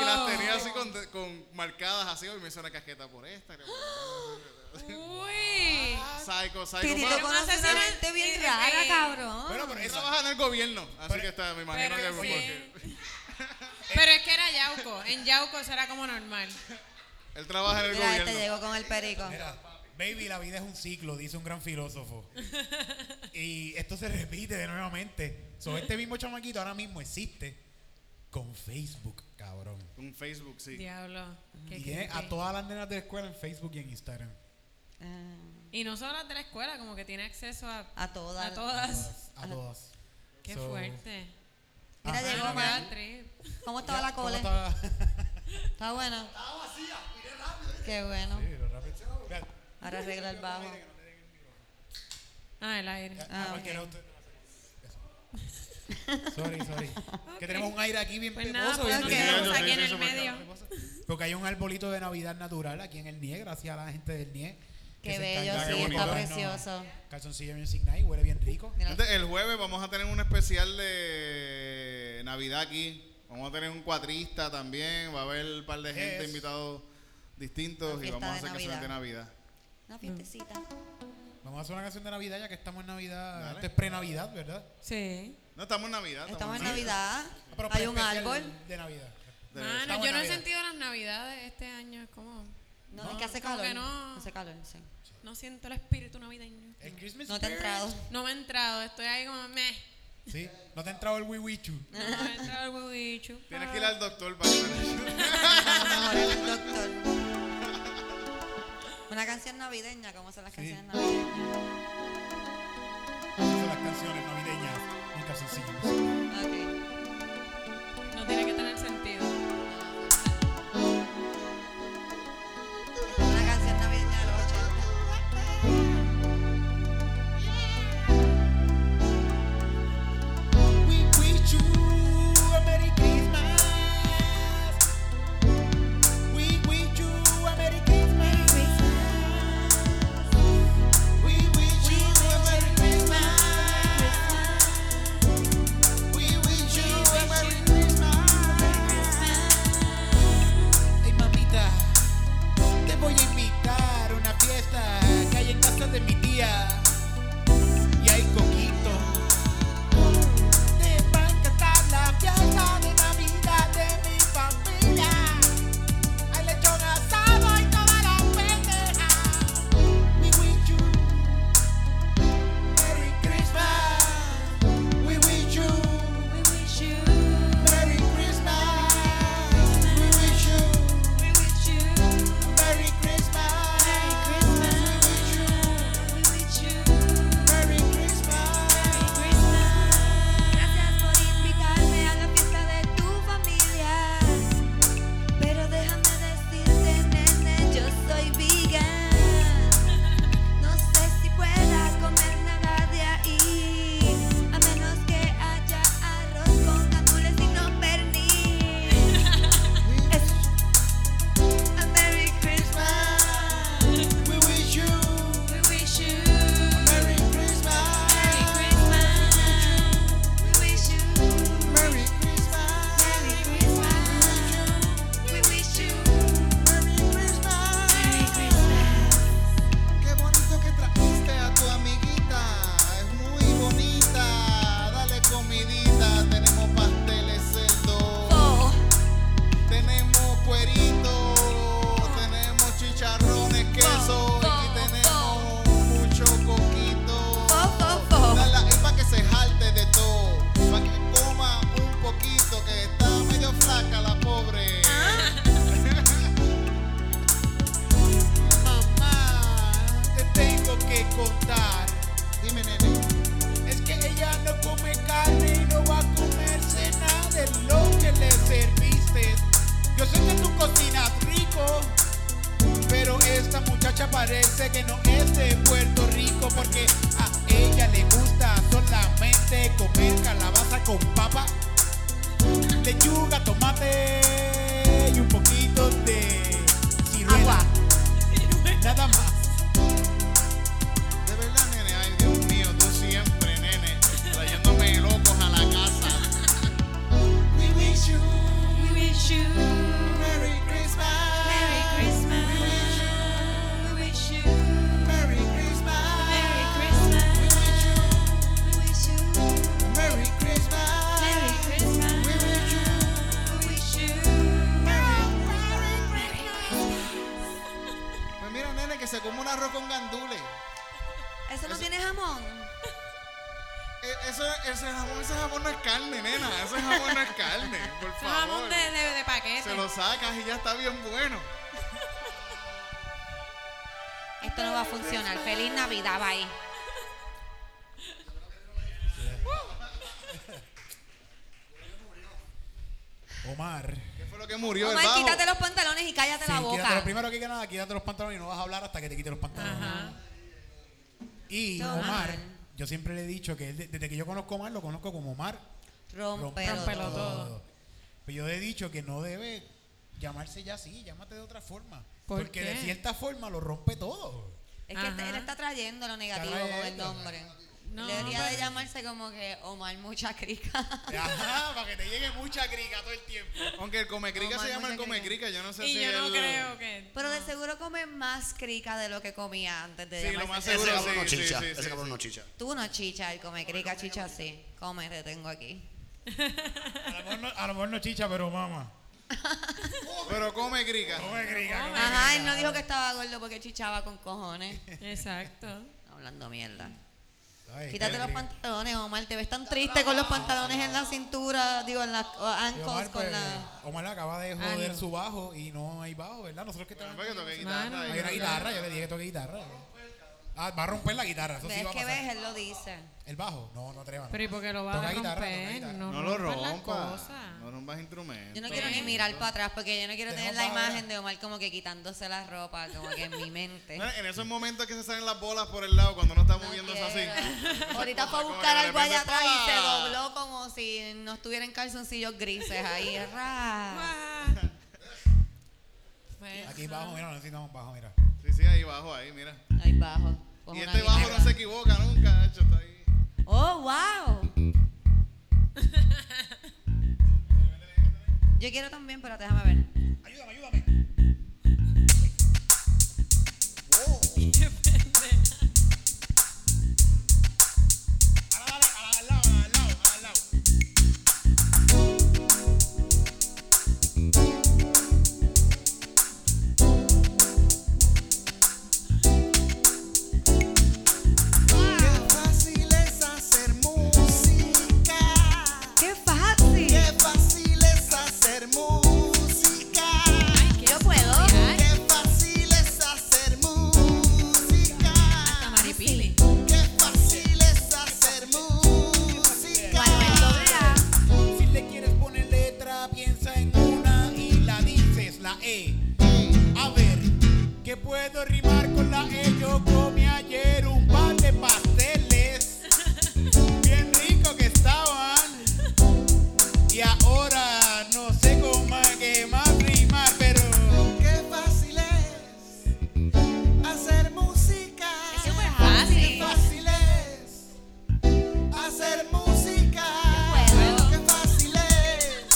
Y las tenía así con, con marcadas así, hoy me hizo una casqueta por esta. Uh. Uy. Psycho, psycho. Tirito Bueno, con- conoce asesino una gente y- bien y- rara, y- cabrón. Bueno, pero él eso, trabaja en el gobierno, así Pero- que está, me imagino que pero porque- Pero es que era Yauco. En Yauco eso era como normal. él trabaja en el Mira, este gobierno. llegó con el perico. mira, baby, la vida es un ciclo, dice un gran filósofo. y esto se repite de nuevamente. So, este mismo chamaquito ahora mismo existe con Facebook, cabrón. Un Facebook, sí. Diablo. Qué Y tiene creepy. a todas las nenas de la escuela en Facebook y en Instagram. Y no solo las de la escuela, como que tiene acceso a, Eh, A todas. a todas. A todas. Qué So, fuerte. Mira, Ajá. llegó Ah, Omar. bad trip. ¿Cómo estaba la ¿Cómo cole? está? Está buena. Qué bueno. Sí, lo rápido. Mira, Ahora arregla el bajo. Ah, el aire. ya, Ah, a cualquiera de ustedes no va a hacer eso. Sorry, sorry. Que tenemos un aire aquí bien Pues peposo, nada, pues bien nos sí, peposo. yo quedamos sé, aquí en sí, el eso me medio. Porque hay un arbolito de Navidad natural aquí en el NIE, gracias a la gente del NIE. que Qué se bello, encarga sí, de está ponernos precioso. Calzoncillo Music Night, huele bien rico. Mira, Gente, este, el jueves vamos a tener un especial de Navidad aquí. Vamos a tener un cuatrista también. Va a haber un par de gente, Yes. invitados distintos Una y fiesta vamos a de hacer canciones de Navidad. Navidad. Una fiestecita. Vamos a hacer una canción de Navidad ya que estamos en Navidad. Dale. Esto es pre-Navidad, ¿verdad? Ah, Sí. No, estamos en Navidad. Estamos en Navidad. Pero Hay un pre-especial árbol. De Navidad. De- Mano, estamos yo en no he Navidad. sentido las navidades este año. Es como. No, es que hace como calor. que no. Hace calor, sí. No siento el espíritu navideño. El Christmas No te ha spirit. entrado. No me ha entrado. Estoy ahí como. Meh. Sí, no te ha entrado el wiwichu. No me ha entrado el huevicho. Tienes que ir al doctor para A lo mejor es el doctor. Una canción navideña, ¿cómo son las canciones navideñas? Esas son las canciones navideñas en calzoncillo Music Night. Ok. No tiene que tener sentido. Una canción navideña de los 80. We wish you a Merry Christmas. We wish you a Merry Christmas. We wish you a Merry Christmas. We wish you a Merry Christmas. Ah. Yo sé que tú cocinas rico, pero esta muchacha parece que no es de Puerto Rico porque a ella le gusta solamente comer calabaza con papa, lechuga, tomate y un poquito de ciruela. Agua. Nada más. De verdad, nene, ay Dios mío, tú siempre, nene, trayéndome locos a la casa. We wish you We wish you Merry Christmas. Merry Christmas. We wish you Merry Christmas. Merry Christmas. We wish you We wish you Merry Christmas. Merry Christmas. We wish you We wish you Merry Christmas. Pues mira, nene, que se come un arroz con gandules. ¿Eso no Eso- tiene jamón? E- Eso, ese, jamón, ese jamón no es carne, nena. Ese jamón no es carne, por Eso es jamón favor. de, de, de paquete. Se lo sacas y ya está bien bueno. Esto no va a funcionar. Feliz Navidad, bye. Omar. ¿Qué fue lo que murió el Omar, bajo? quítate los pantalones y cállate sí, la quítate boca. lo primero que nada, quítate los pantalones y no vas a hablar hasta que te quite los pantalones. Ajá. Y Toma. Omar, yo siempre le he dicho que él, de- desde que yo conozco a Omar, lo conozco como Omar Rompelo. Rómpelo todo. todo. Pero yo he dicho que no debe llamarse ya así, llámate de otra forma. ¿Por porque qué? de cierta forma lo rompe todo. Es que este, Ajá. él está trayendo lo negativo Está con el trayendo. nombre. No, Debería de pero- llamarse como que Omar Mucha Crica. Ajá, para que te llegue mucha crica todo el tiempo. Aunque el comecrica No, mal, se llama el mucha crica. comecrica, yo no sé si Y yo no el- creo que. Pero de no. seguro come más crica de lo que comía antes de Sí, lo llamarse- más Ese Seguro, cabrón sí, no sí, chicha. sí, sí, Ese cabrón no chicha. Tú no chicha, él come crica, chicha sí. Come, te tengo aquí. A lo mejor no, a lo mejor no chicha, pero mama. Pero comecrica. Come crica, come Ajá, crica. él no dijo que estaba gordo porque chichaba con cojones. Exacto. Hablando mierda. Ay, Quítate qué los rico. pantalones, Omar. Te ves tan triste con los pantalones en la cintura, digo, en las o Y ancos, Omar, con pues, la... Omar le acaba de joder Ah, no. su bajo y no hay bajo, ¿verdad? Nosotros pues, que Bueno, estamos. fue que toqué Mano. guitarra ahí. Hay una guitarra, yo le dije que toque guitarra. Ah, va a romper la guitarra, eso sí ¿Ves va a que pasar. ves? Él lo dice. ¿El bajo? No, no atreva. no. Pero ¿y por qué lo vas Toca a guitarra, toca romper? guitarra. No, No lo rompas las rompas. cosas. No rompas instrumentos. Yo no quiero ni Ven. mirar para atrás porque yo no quiero Te tener la rompa ahora. imagen de Omar como que quitándose la ropa, como que en mi mente. Mira, En esos momentos que se salen las bolas por el lado cuando no está No moviéndose quiero. así. Ahorita fue a Como que buscar de algo allá repente, atrás y se ¡pa! dobló como si no estuviera en calzoncillos grises ahí. ra. Ah. Pues, Aquí bajo, mira, no necesitamos bajo, mira. Sí, sí, ahí bajo, ahí, mira. Ahí bajo. Cojo Y una este bajo no guitarra. se equivoca nunca, hecho, está ahí. Oh, wow. Yo quiero también, pero déjame ver. Ayúdame, ayúdame. Ahora dale, al- al lado, al lado, al lado. Qué fácil es hacer música. ¡Qué fácil! fácil es hacer música. Yo puedo. ay, Qué fácil es hacer música. hasta Maripili. Qué fácil es hacer música. Manuel Doblea. Si le quieres poner letra, piensa en una y la dices, la E. A ver, ¿qué puedo rimar con la E? Yo comí ayer un par de pasteles, bien rico que estaban. Y ahora no sé cómo que más rimar, pero Qué fácil es hacer música. Es súper fácil. Qué fácil es hacer música. Yo puedo. Qué fácil es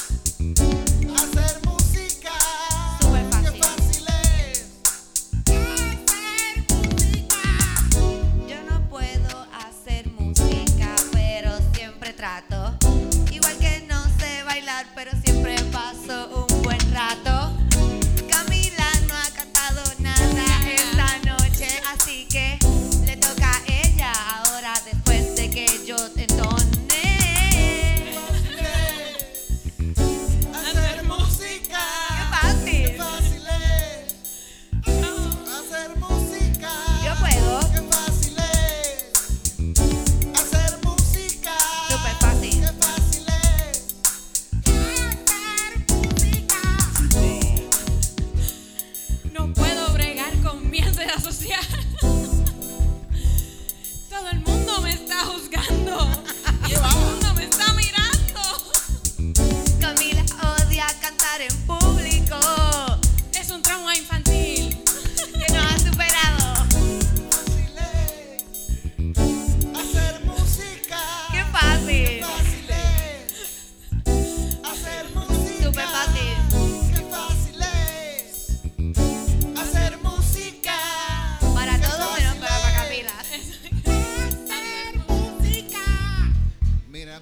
hacer música. Súper Qué fácil. fácil es hacer música. Yo no puedo hacer música, pero siempre trato. Igual que no sé bailar, pero siempre paso un buen rato. Camila no ha cantado nada esta noche, así que le toca a ella ahora después de que yo entone. Hacer música. ¡Qué fácil! Qué fácil es hacer música. Yo puedo. Qué fácil es hacer música. Súper fácil.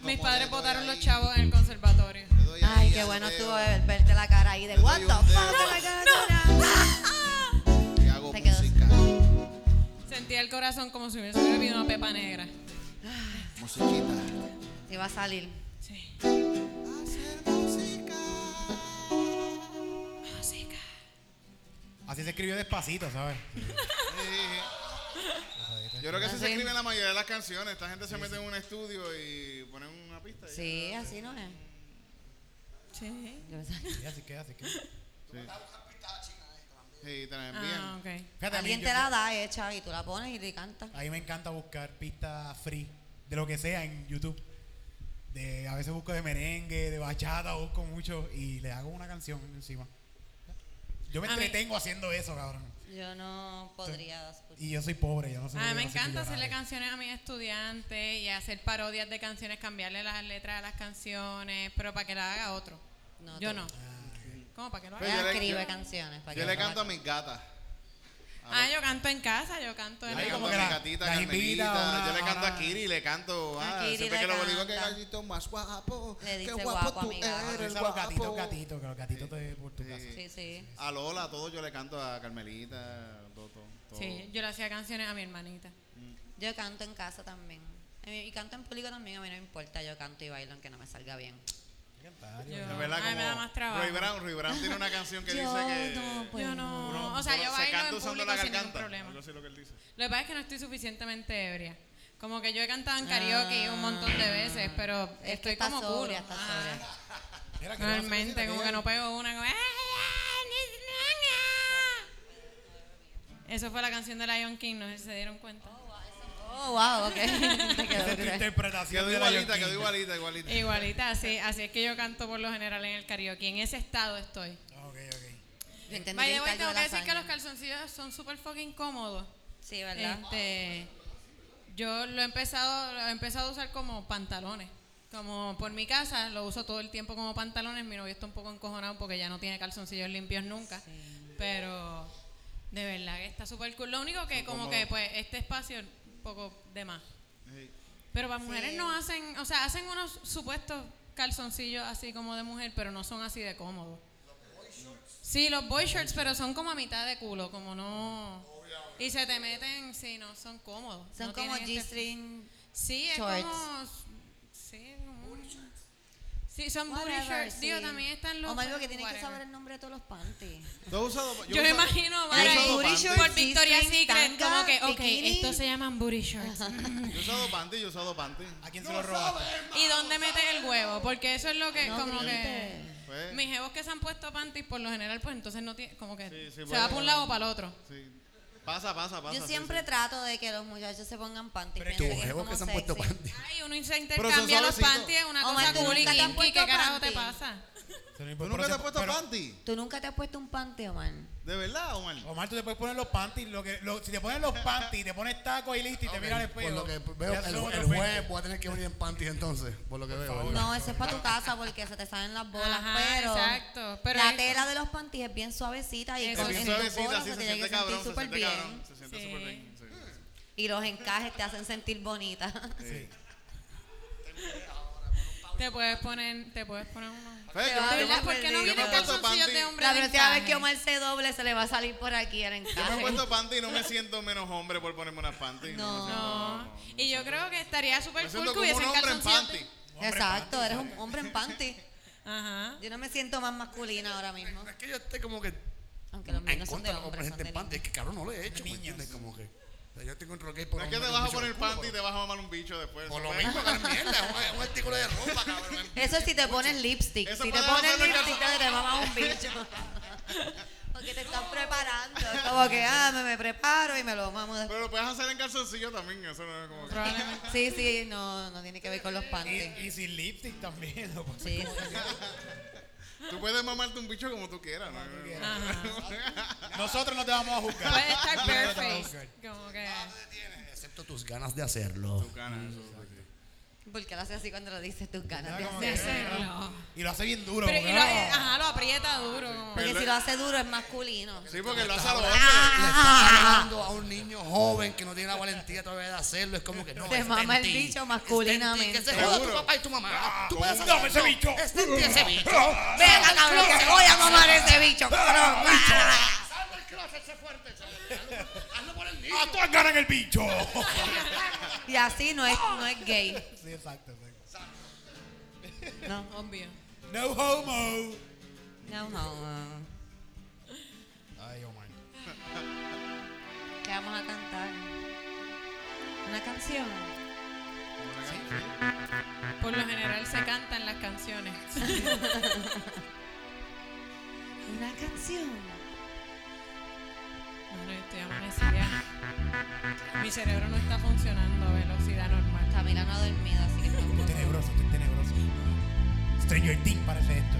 Mis como padres le doy votaron los ahí, chavos en el conservatorio. le doy Ay, ahí qué al bueno dedo, estuvo de verte la cara ahí de Le what doy the un fuck dedo. am I gonna do now?" Y hago Te quedó- música. Sentí el corazón como si hubiese bebido una pepa negra. Musiquita. Y va a salir. Sí. Hacer música. Música. Así se escribió despacito, ¿sabes? Sí. Yo creo que así se Así. escriben la mayoría de las canciones. Esta gente se mete en un estudio y ponen una pista. y- Sí, así no es. Sí. Yo pensaba- Sí, así que, así que. Sí, te la envían. Ah, ok. Fíjate, a mí, Alguien yo- te la da hecha y tú la pones y le cantas. a mí me encanta buscar pistas free de lo que sea en YouTube. De, a veces busco de merengue, de bachata, busco mucho y le hago una canción encima. Yo me A mí- entretengo haciendo eso, cabrón. Yo no podría escuchar. Y yo soy pobre, yo no soy A mí me yo no soy encanta millonario. hacerle canciones a mis estudiantes y hacer parodias de canciones, cambiarle las letras a las canciones, pero para que la haga otro. No, Yo tú. no. ¿Cómo? ¿Para que lo Ah, Pero yo haga? Ella le- escribe yo- canciones. para Yo que le yo la canto a haga. mis gatas. Ah, yo canto en casa, yo canto en Yo Ahí le la como canto que a mi la- gatita, la Carmelita. invita a una- Yo le canto a a una- Kiri, le canto. A Ah, Kiri siempre le que lo digo que canta. gallito más guapo. Le dice qué guapo guapo a tú mi gato. eres, Eso a los gatitos, guapo. gatitos, que los gatitos te por tu Sí. casa. Sí, sí. A Lola, a todos yo le canto a Carmelita, todo, todo, todo. Sí, yo le hacía canciones a mi hermanita. Yo canto en casa también. A mí- Y canto en público también, a mí no me importa. Yo canto y bailo aunque no me salga bien. Yo, Es verdad, a mí me da como más trabajo. Roy Brown, Roy Brown tiene una canción que dice que. Pues no Yo no, o sea, Pero yo se bailo canta en usando público la sin ningún garganta. problema. Algo así es lo que él dice. Lo que pasa es que no estoy suficientemente ebria. Como que yo he cantado en karaoke un montón de veces, pero Ah. Es que estoy está como Ah, culo. sobria, está Ajá. sobria. Mira, que no vas a Realmente, decir como que no pego una. como, "Ay, ay, nena". Eso fue la canción de Lion King, no sé si se dieron cuenta. Oh, wow, ok. Te quedó Esa es tu dura. interpretación Quedó de la igualita, Yonkin. quedó igualita, igualita. Igualita, así, así es que yo canto por lo general en el karaoke. En ese estado estoy. Ok, ok. Yo entendí By the que way, cayó tengo que decir lasaña. que los calzoncillos son súper fucking cómodos. Sí, ¿verdad? Este, yo lo he empezado, lo he empezado a usar como pantalones. Como por mi casa lo uso todo el tiempo como pantalones. Mi novio está un poco encojonado porque ya no tiene calzoncillos limpios nunca. Pero de verdad que está súper cool. Lo único que como que pues este espacio es un poco de más. Sí. Pero para mujeres no hacen, o sea, hacen unos supuestos calzoncillos así como de mujer, pero no son así de cómodos. Sí, los boy shorts, pero son como a mitad de culo, como no. Y se te meten, sí, no, son cómodos. Son no como tienen este- G-string. Sí, es shorts. como. Sí, como- Sí, son booty whatever, shorts. Digo, sí. también están los. O más algo que tienes que whatever. saber el nombre de todos los panties. Yo he usado- Yo, he me usado- imagino, yo he Mara, usado por booty panties. shorts, Victoria's G-string, Secret, como que, tanga, ok, bikini. estos se llaman booty shorts. Yo he usado panty, yo he usado panty. ¿A quién se lo robaste? ¿Y dónde metes el huevo? Porque eso es lo que, como que. Pues, Mis jevos que se han puesto panties, por lo general, pues entonces no tiene. Como que Sí, pues, sí, se bueno. va para un lado o para el otro. sí. Pasa, pasa, pasa. Yo sí, siempre sí. trato de que los muchachos se pongan panties. Pero es pienso que que Tus es jevos como que se han puesto sexy. panty. Ay, uno se Pero intercambia son los suavecitos. panties, es una Omar, cosa ¿tú cool y nunca te has kinky. ¿Qué puesto carajo te panty? pasa? ¿Tú nunca te has puesto Pero- panty? ¿Tú nunca te has puesto un panty, Omar? ¿De verdad, Omar? Omar, tú te puedes poner los panties. Lo que, lo- si te pones los panties, te pones tacos y listo y te miras al espejo. Por lo que veo, ya son el, otros el jueves 20. voy a tener que venir en panties entonces, por lo que veo. ¿verdad? No, eso es para tu casa porque se te salen las bolas, Ajá, pero, exacto, pero la es- tela de los panties es bien suavecita y Es con- bien en tus suavecita, bolas sí, se se te tiene siente que sentir cabrón, se súper siente bien. cabrón. Se Sí. siente súper bien. sí. Y los encajes te hacen sentir bonita. Sí. Te puedes poner, te puedes poner uno. Fue, va yo a De me- ver verdad, la ¿por qué no perdí. Yo vienen me he puesto calzoncillos de panty. hombre La de próxima vez encaje? que Omar se doble se le va a salir por aquí el Yo me he encaje. puesto panty y no me siento menos hombre por ponerme unas panty. No. me siento- No. Y yo creo que estaría súper Me cool siento que como un hubiesen hombre en panty. calzoncillos. Exacto, eres un hombre en panty. Ajá. Yo no me siento más masculina ahora mismo. No es que yo esté como que Aunque los en míos no son de contra de comprar hombres, son gente de en panty. niños. Es que cabrón, no lo he hecho, ¿me Niños. entiendes? Como que... o sea, yo tengo un roque por No es un que te hombre, vas a bicho poner culo, panty y te pero- vas a mamar un bicho después. Por no lo puedes. mismo que la mierda, es un- un artículo de ropa, cabrón. Eso es si te pones lipstick. Eso Si te puede pones hacerlo en lipstick, calzoncillos. te mamas un bicho. Porque te estás preparando. Es Como que, ah, me, me preparo y me lo mamo después. Pero lo puedes hacer en calzoncillo también, eso no es como que... Probablemente. Sí, sí, no, no tiene que ver con los panties. Y, y sin lipstick también. Lo puedes- Sí, Tú puedes mamarte un bicho como tú quieras, ¿no? Nosotros no te vamos a juzgar. Puede estar Nosotros no te vamos a bare juzgar. Como que. Excepto tus ganas de hacerlo. Tú ganas, eso, sí. sí. Porque lo hace así cuando lo dices tus ganas. de Ya, como hacer. que- Y lo hace bien duro. Pero, como y que, lo, ah. ajá, lo aprieta duro. como- Porque Pero- si lo hace duro es masculino. Ah, Sí, porque lo hace a los Le hombres. estás regalando a un niño joven que no tiene la valentía todavía de hacerlo. Es como que no. Te está mama en el ti. bicho Está en ti, masculinamente. Que se joda tu Seguro. papá y tu mamá. Tú puedes hacer ¡Dame Ah, ese bicho! Está en ti ese bicho. Venga, cabrón, que voy a mamar ese bicho. cabrón. Sal del closet, sé fuerte. sal del- hazlo- Hazlo por el niño. ¡A todas ganan el bicho! Y así no es, no es gay. sí, exacto, exacto. No, Obvio. No homo. no, no. Ay, Omar. ¿Qué vamos a cantar? ¿Una canción? Por lo general se cantan las canciones. ¿Una canción? Bueno, este yo estoy amanecida. Mi cerebro no está funcionando a velocidad normal. Camila no ha dormido, así que Estoy tampoco. tenebroso, estoy tenebroso. Stranger Things parece esto.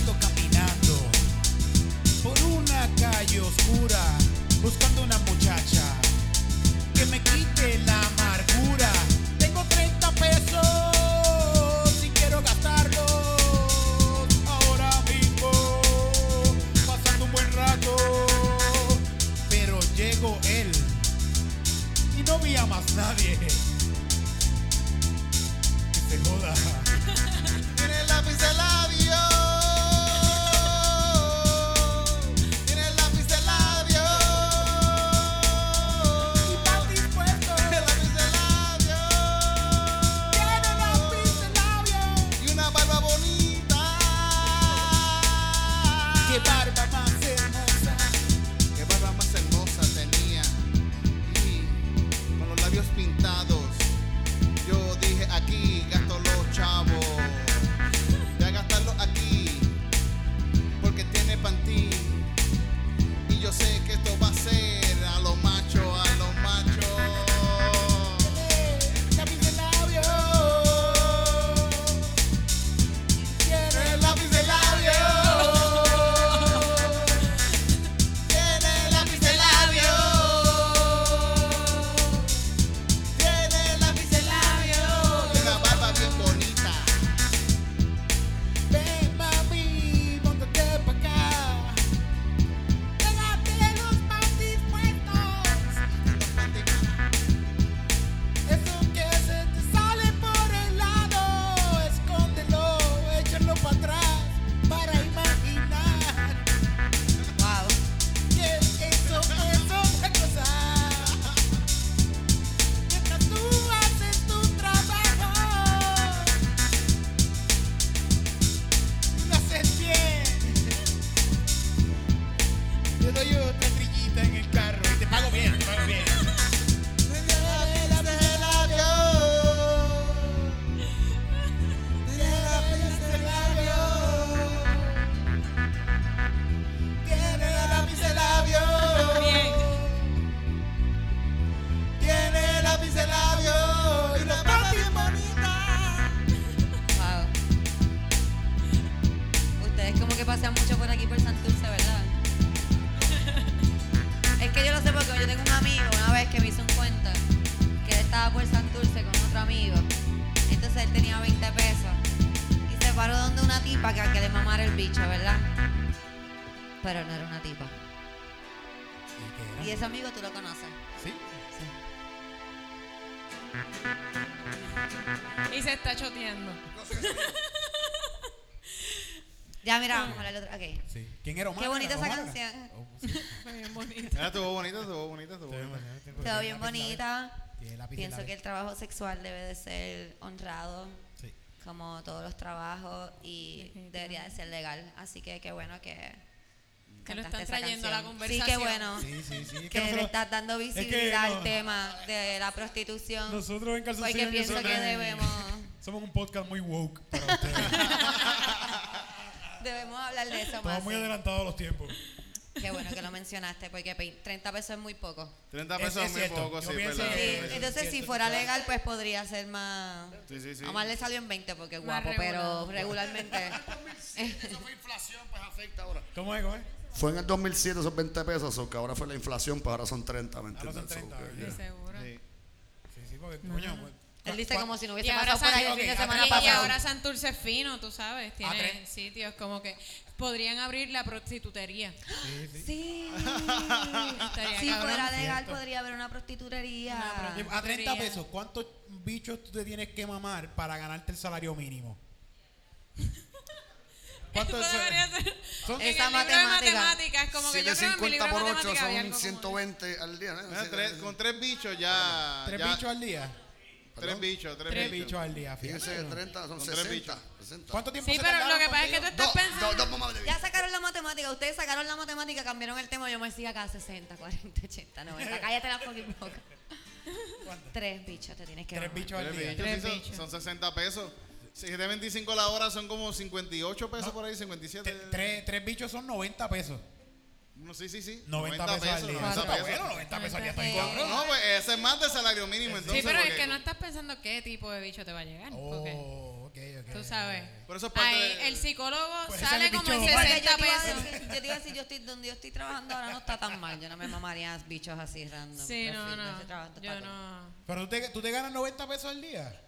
Ando caminando por una calle oscura, buscando una muchacha que me quite la amargura. Tengo 30 pesos y quiero gastarlos ahora mismo, pasando un buen rato. Pero llegó él y no vi a más nadie. Que se joda. Tiene el lápiz de labio. Tiene el lápiz de labio. Y tan dispuesto. Tiene el lápiz de labio. Tiene lápiz de labio. Y una barba bonita. Qué barba más hermosa. Qué barba más hermosa tenía. Y con los labios pintados. Yo dije aquí, gasto los chavos. Voy a gastarlos aquí. Porque tiene pantín. Y yo sé que esto va a ser a los machos, a los machos. Lápiz de labio. Tiene el lápiz de labio. Tiene el lápiz de labio. Tiene el lápiz de labio. Una barba bien bonita. Ven, mami, montate pa' acá. Pégate los más dispuestos. Eso que se te sale por el lado, escóndelo, échalo para atrás para imaginar. Wow. Que eso, eso otra cosa. Mientras tú haces tu trabajo, lo haces bien. Te doy otra trillita en el carro y te pago bien, te pago bien. Tiene el lápiz de labio. Tiene el lápiz de labio. Y una barba bien bonita. Wow. Ustedes como que pasean mucho por aquí por Santurce, ¿verdad? es que yo lo sé porque yo tengo un amigo una vez que me hizo un cuento que él estaba por Santurce con otro amigo. Entonces él tenía 20 pesos y se paró donde una tipa que, a que le mamara el bicho, ¿verdad? Pero no era una tipa. Y ese amigo tú lo conoces. Y se está choteando. Ya, mira, vamos a hablar de otra. Ok. Sí. ¿Quién era Omar? Qué bonita ¿Era esa Omar? canción. Oh, sí. Fue bien bonito. Era estuvo bonita, estuvo bonita, estuvo bonita. Quedó bien bonita. Tiene lápiz de Pienso labio. que el trabajo sexual debe de ser honrado, Sí. como todos los trabajos, y debería de ser legal. Así que qué bueno que Que lo cantaste están esa trayendo a la canción. Sí, qué bueno. conversación. Sí, sí, sí. Es que le nosotros- estás dando es que visibilidad no- al tema de la prostitución. Nosotros en calzoncillos porque pienso Pues, que nosotros- debemos, Pues Somos un podcast muy woke para ustedes. debemos hablar de eso Estamos más. muy sí. adelantados a los tiempos. Qué bueno que lo mencionaste, porque pe- 30 pesos es muy poco. 30 Es- es pesos es muy cierto. poco, Yo sí, es pienso verdad. que- Sí, sí, sí. Entonces, si cierto, fuera claro. legal, pues podría ser más. Sí, sí, sí. Además, le salió en 20 porque es Más guapo, pero regular. regularmente. Eso fue inflación, pues afecta ahora. ¿Cómo es, cómo es? Fue en el 2007 esos 20 pesos, o que ahora fue la inflación, pues ahora son 30, ¿me Ahora entiendes? son 30, So, que- ¿verdad? seguro. Sí. Sí, sí, porque, coño, pues, Él dice cua- como si no Y hubiese ahora, pasado por San- ahí el ok, fin de ah, semana y- y pasado. ahora Santurce es fino, tú sabes, tiene tres. sitios como que podrían abrir la prostitutería. Sí. pues. Estaría si cabrón. fuera legal, Cierto. podría haber una prostitutería. A 30 Sería- pesos, ¿cuántos bichos tú te tienes que mamar para ganarte el salario mínimo? ¿Cuánto Eso es- debería ser- son- en Esa el libro de matemática. matemáticas, como que yo creo que en mi libro 750 de por 8 matemáticas había son algo como- 120 al día. ¿no? Mira, Sí, tres- sí. con tres bichos ya. ¿Tres Ah, ya- bichos al día? Tres bichos, tres, Tres bichos. bichos al día, fíjate. Fíjense, 30 son Con tres 60. 60. ¿Cuánto tiempo Sí, se pero lo tardaron que pasa es que tú contigo? estás Dos, dos, pensando. dos mamás de bicho. Ya sacaron la matemática, ustedes sacaron la matemática, cambiaron el tema, yo me decía acá 60, 40, 80, 90. Cállate la fucking boca. ¿Cuánto? Tres bichos te tienes que Tres mamar. bichos al Tres día. bichos, Tres sí, son- bichos. son, 60 pesos. Si es de 25 la hora son como 58 pesos por ahí, 57. Te- Tres, tres bichos son 90 pesos. No, sí, sí, sí. 90, pesos al día. 90 Está pesos. bueno, 90 pesos al día. Está Sí. bien, cabrón. No, pues ese es más de salario mínimo entonces. Sí, pero es porque- que no estás pensando qué tipo de bicho te va a llegar. porque Oh, ok, ok. tú sabes. Pero eso es parte Ahí de- el psicólogo Pues ese sale es el como en bicho Porque yo 60 te iba a pesos. decir- Yo te iba a decir, yo estoy donde yo estoy trabajando ahora no está tan mal. Yo no me mamaría bichos así random. Sí, no, Prefiero- ese trabajo no. está Yo cool. no. Pero tú te, tú te ganas 90 pesos al día.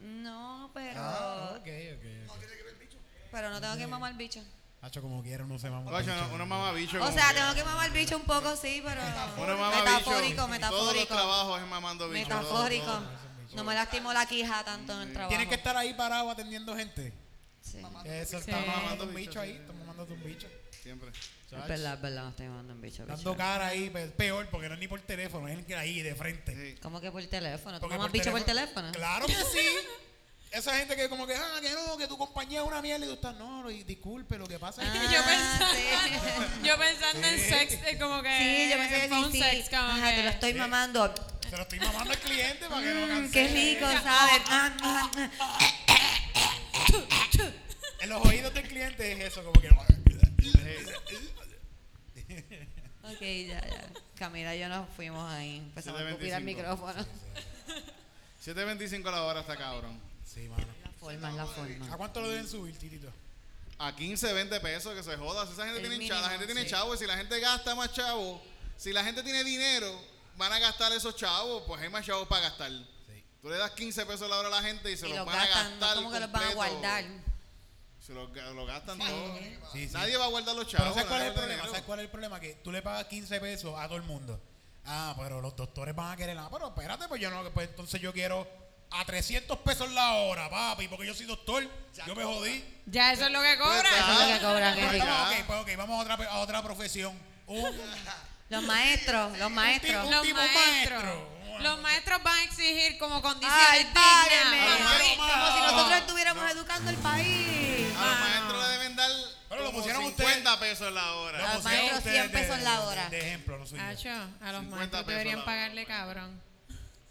No, pero. Ah, ok, ok. ok. Pero no tengo que mamar bicho. Hacho, como quiera, uno se mama. un Ocho, bicho. no, uno mamabicho. O como sea, que- tengo que mamar bicho un poco, sí, pero. Uno mamabicho. Metafórico, Todos los metafórico. trabajos es mamando bicho. todos, Metafórico. todos. No me lastimó la quija tanto en el trabajo. Tienes que estar ahí parado atendiendo gente. Sí. Eso, Sí. estamos mamando un Mamando bicho bicho, ahí. sí. Estamos mamando un bicho. Siempre. Es verdad, es verdad, no estoy mamando un bicho. Dando bicho. cara ahí, pe- peor, porque no es ni por teléfono, es el que ahí de frente. Sí. ¿Cómo que por teléfono? ¿Tú Porque mamas bicho por teléfono? Claro que sí. Esa gente que como que, ah, que no, que tu compañía es una mierda y tú estás, no, y disculpe, lo que pasa es que... Yo Ah, pensando, yo pensando en sex, eh, como que. Sí, yo me en que phone sí, sex, como Ajá, que- te lo estoy mamando. Se lo estoy mamando al cliente para que no Mm, cancele. qué rico, ¿sabes? Ah, ah, ah. En los oídos del cliente es eso, como que... Ok, ya, ya. Camila y yo nos fuimos ahí. Empezamos a escupir al 7.25. micrófono. 7.25 la hora está cabrón. Sí, mano. La forma es la ¿A forma. cuánto lo deben subir, titito? A 15, 20 pesos, que se joda. Si esa gente El tiene chavo, la mínimo, gente tiene sí. chavo. Y si la gente gasta más chavo, si la gente tiene dinero, van a gastar esos chavos, pues hay más chavos para gastar. Tú le das 15 pesos la hora a la gente y se Y los los van a gastan, no gastar. como que los van a completo. guardar. Se los, ga- lo gastan todo. Sí, sí. Nadie va a guardar los Pero chavos. ¿sabes cuál es nadie el guarda problema? ¿Sabes dinero. cuál es el problema? Que tú le pagas 15 pesos a todo el mundo. Ah, pero los doctores van a querer, ah, pero espérate, pues yo no, pues entonces yo quiero a 300 pesos la hora, papi, porque yo soy doctor, yo me jodí. Ya, eso es lo que Eso es cobra. lo que cobran, qué Pero rico. estamos, ok, pues ok, vamos a otra, a otra profesión. Un, Los maestros, los maestros. Un Los tipo maestros. maestro. Los maestros van a exigir como Ay, condiciones páguenme. dignas. Ay, Como si no. nosotros estuviéramos educando el país. A los maestros le deben dar Pero lo como pusieron ustedes. 50 pesos la hora. Lo Los pusieron maestros ustedes 100 pesos de- la hora. De ejemplo, lo suyo. Hacho, a los 50 maestros pesos deberían la pagarle cabrón.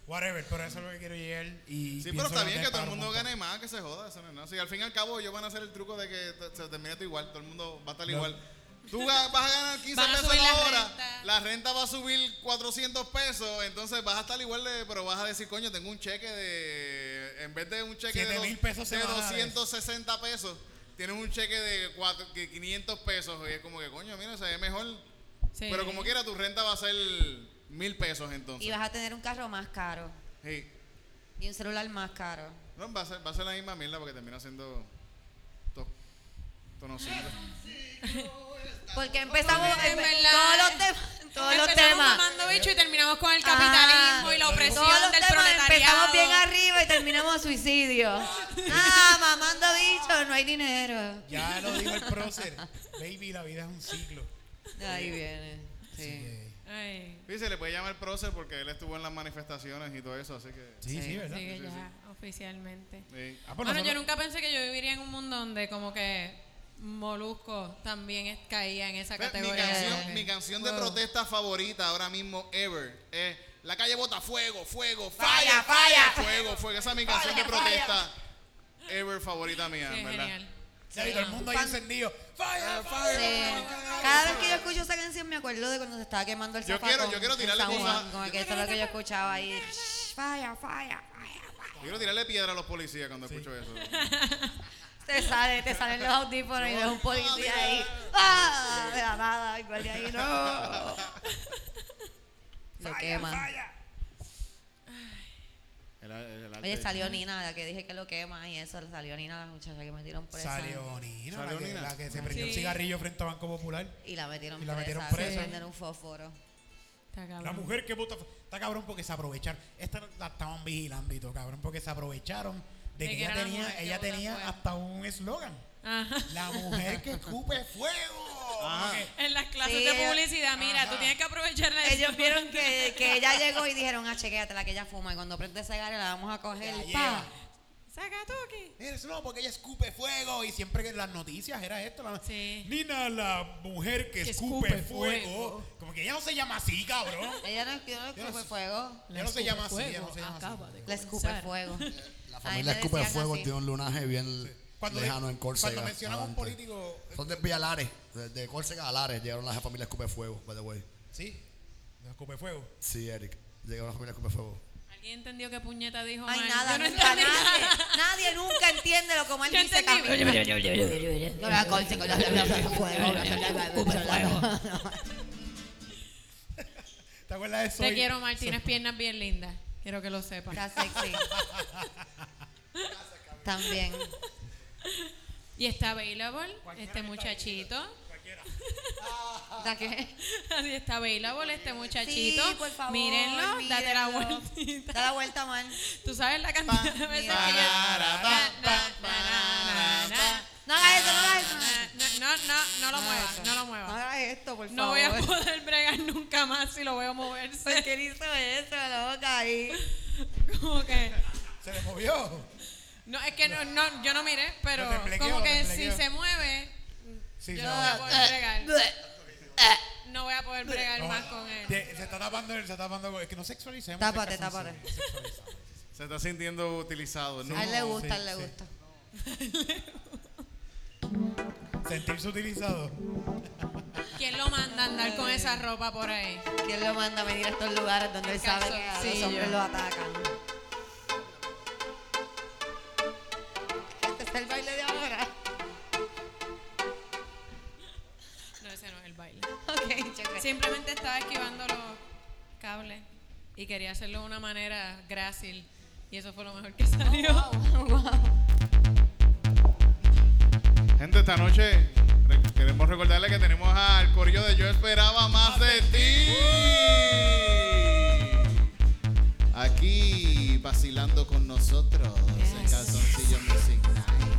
Whatever, pero eso es lo que quiero llegar. Y Sí, pienso pero está bien que todo el aceptar un mundo montón. gane más, que se joda. Eso no es nada. Si al fin y al cabo ellos van a hacer el truco de que t- se termine todo igual, todo el mundo va a estar igual. Tú ga- vas a ganar 15 Van a pesos subir la la hora, renta. la renta va a subir 400 pesos, entonces vas a estar igual, de, pero vas a decir, coño, tengo un cheque de, en vez de un cheque de, 7,000 pesos de semanales. 260 pesos, tienes un cheque de cuatro- que 500 pesos. Y es como que, coño, mira, se ve mejor. Sí. Pero como quiera, tu renta va a ser mil pesos entonces. Y vas a tener un carro más caro. Sí. Y un celular más caro. No, va a, ser, va a ser la misma mierda porque termina siendo to, tonocillo. Porque empezamos En empe- verdad, eh. todos los temas. Todos los Empezamos temas. mamando bicho y terminamos con el Ajá. capitalismo y la opresión Ah. Todos los del temas proletariado. empezamos bien arriba y terminamos suicidio. Ah, mamando bicho, no hay dinero. Ya lo dijo el prócer. Baby, la vida es un ciclo. Ahí viene. Sí. Eh, Ay, Sí, se le puede llamar prócer porque él estuvo en las manifestaciones y todo eso, así que. Sí, sí, Sí, ¿verdad? sigue ya oficialmente. sí. Ah, pues Bueno, nosotros- yo nunca pensé que yo viviría en un mundo donde como que Molusco también es- caía en esa Pero Mi categoría. canción, de- mi canción de Wow. protesta favorita ahora mismo, ever, es La calle bota fuego, fuego, falla, falla, fuego, fuego. Esa es mi canción de protesta ever favorita mía, en Sí, es ¿verdad? genial. Ya, y todo el mundo ahí Pan- encendido. Fire, fire. Sí. Cada vez que yo escucho esa canción me acuerdo de cuando se estaba quemando el Yo zapato quiero- yo quiero en tirarle San cosas- Juan, Como que eso es lo que yo escuchaba ahí. Shh, Falla, falla, falla, falla. Yo quiero tirarle piedra a los policías cuando escucho eso. Te sale, te salen los audífonos y ves un policía ahí. ¡Ah! De la nada, el guardia ahí, no. Lo queman. El- el- el arte. Oye, salió Nina, la que dije que lo quema y eso, salió Nina, la muchacha que metieron presa. Salió Nina, Salió la, que, Nina. la que se prendió un Sí. cigarrillo frente a Banco Popular. Y la metieron Y la metieron presa. presa. por prender un fósforo. Está cabrón. La mujer que puta. Está cabrón porque se aprovecharon. Esta la estaban vigilando y todo, cabrón, porque se aprovecharon de De que que ella era la mujer tenía, que ella bota tenía fuego. hasta un eslogan. Ajá. La mujer que escupe fuego. Ah. Porque- En las clases Sí, de ellos- publicidad, mira, tú tienes que aprovechar la Ellos vieron que, que ella llegó y dijeron, ah, chequéate la que ella fuma. Y cuando prende ese gare la vamos a coger. La ¡Pa! lleva. Saca tú aquí. Eres, no, porque ella escupe fuego. Y siempre que en las noticias era esto. la- Sí. Nina, la mujer que, Que escupe, escupe fuego. fuego. Como que ella no se llama así, cabrón. Ella no, yo no escupe sé. fuego. Ella no se llama así. Ella no se llama así. La escupe fuego. La A mí familia me Escupe decían Fuego así. tiene un lunaje bien Cuando, lejano en cuando Córcega. mencionan a un adelante. político. Son de Villa Lares, de, de Córcega a Lares llegaron las familias Escupe Fuego, by the way. Sí, no escupe fuego. Sí, Eric, llegaron las familias Escupe Fuego. ¿Alguien entendió qué puñeta dijo? Ay, Mar? nada, Yo no nunca, entendí nadie, nada. nadie nunca entiende lo que Omar Yo dice entendí. Camila. No la consigo. ¿Te acuerdas de eso? Te quiero, Mar. Tienes piernas bien lindas. Quiero que lo sepas. Está sexy. También. Y está available este muchachito. ¿La qué? Así está available este muchachito. Sí, por favor, mírenlo, date la mírenlo. vueltita. Da la vuelta, man. Tú sabes la cantidad de veces que yo- parara, pa, Na, na, na, na, na. No hagas eso, no hagas eso. No, no, no lo muevas, no lo No muevas. hagas esto, Ah, por favor. No voy a poder bregar nunca más si lo veo moverse. ¿Por qué hizo eso, loca? Ahí. Como que. Se le movió. No, es que no, no, yo no miré, pero Lo temblequeó, como que lo si temblequeó. se mueve, Sí, yo se no voy a movió. poder bregar. No voy a poder bregar No, más con él. te- Se está tapando, se está tapando. Es que no sexualicemos. Tápate, se casan, tápate. se- sexualizamos. Se está sintiendo utilizado. ¿no? A él le gusta, a él sí, le sí. gusta. Sentirse utilizado. ¿Quién lo manda a andar con esa ropa por ahí? ¿Quién lo manda a venir a estos lugares donde él sabe que a los Calzoncillo. hombres lo atacan? Este es el baile de ahora. No, ese no es el baile. Ok, chévere. Simplemente estaba esquivando los cables y quería hacerlo de una manera grácil. Y eso fue lo mejor que salió. Gente, esta noche re- queremos recordarle que tenemos al corillo de Yo Esperaba Más de Ti. Aquí vacilando con nosotros en Calzoncillo Music Night.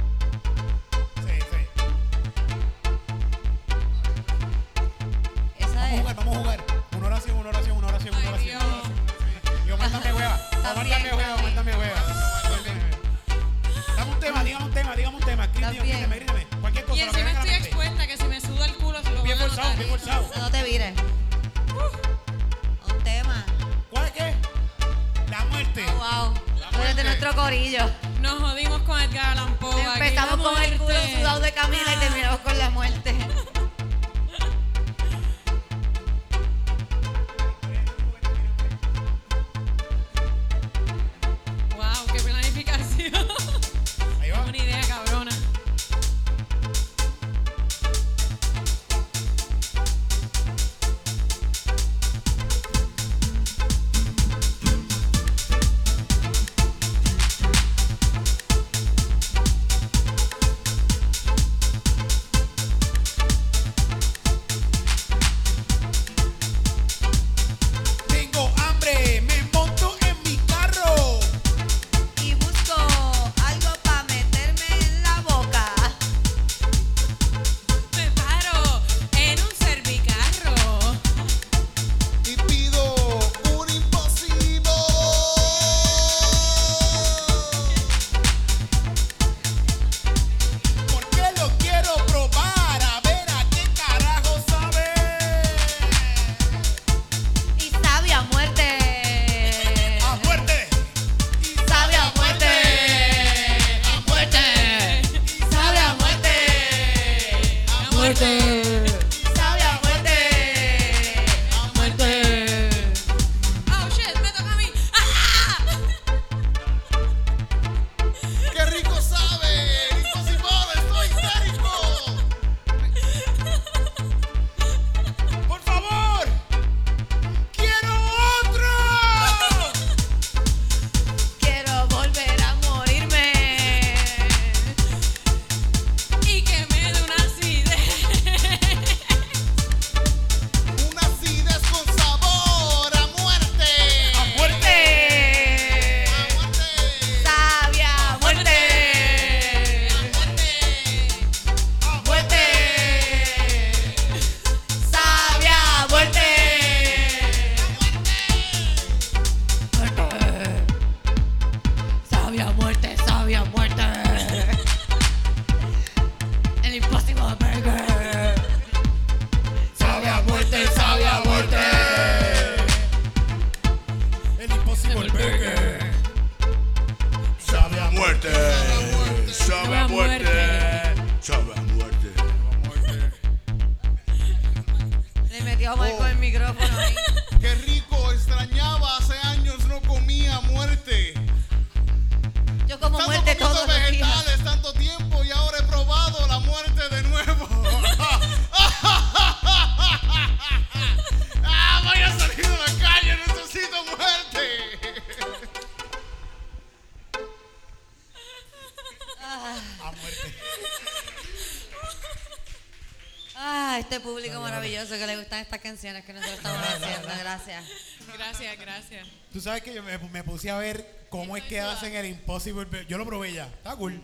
Sí, sí. Esa Vamos a Eh. es. jugar, vamos a jugar. Una oración, una oración, una oración, una Ay, oración. Dios. una oración. Yo, mándame hueva. O mándame También, hueva, también. mándame hueva. Dame un tema, dígame un tema, dígame un tema. Gríteme, También. gríteme, gríteme. Cualquier cosa. Y lo que venga encima a estoy la mente. expuesta que si me suda el culo se lo Bien van a forzado, bien notar. forzado. No te vires. Uh. Un tema. ¿Cuál es qué? La muerte. Oh, wow. Tú eres de nuestro corillo. Nos jodimos con Edgar Allan Poe. aquí, este. Empezamos la con el culo muerte. Ah. sudado de Camila y terminamos con la muerte. Wow, qué planificación. Ahí va. Una idea cabrona. Ah, Ah, este público maravilloso que le gustan estas canciones que nosotros estamos haciendo. Gracias. Gracias, gracias. Tú sabes que yo me, me puse a ver cómo es que hacen el Impossible. Bur- Yo lo probé ya. Está cool.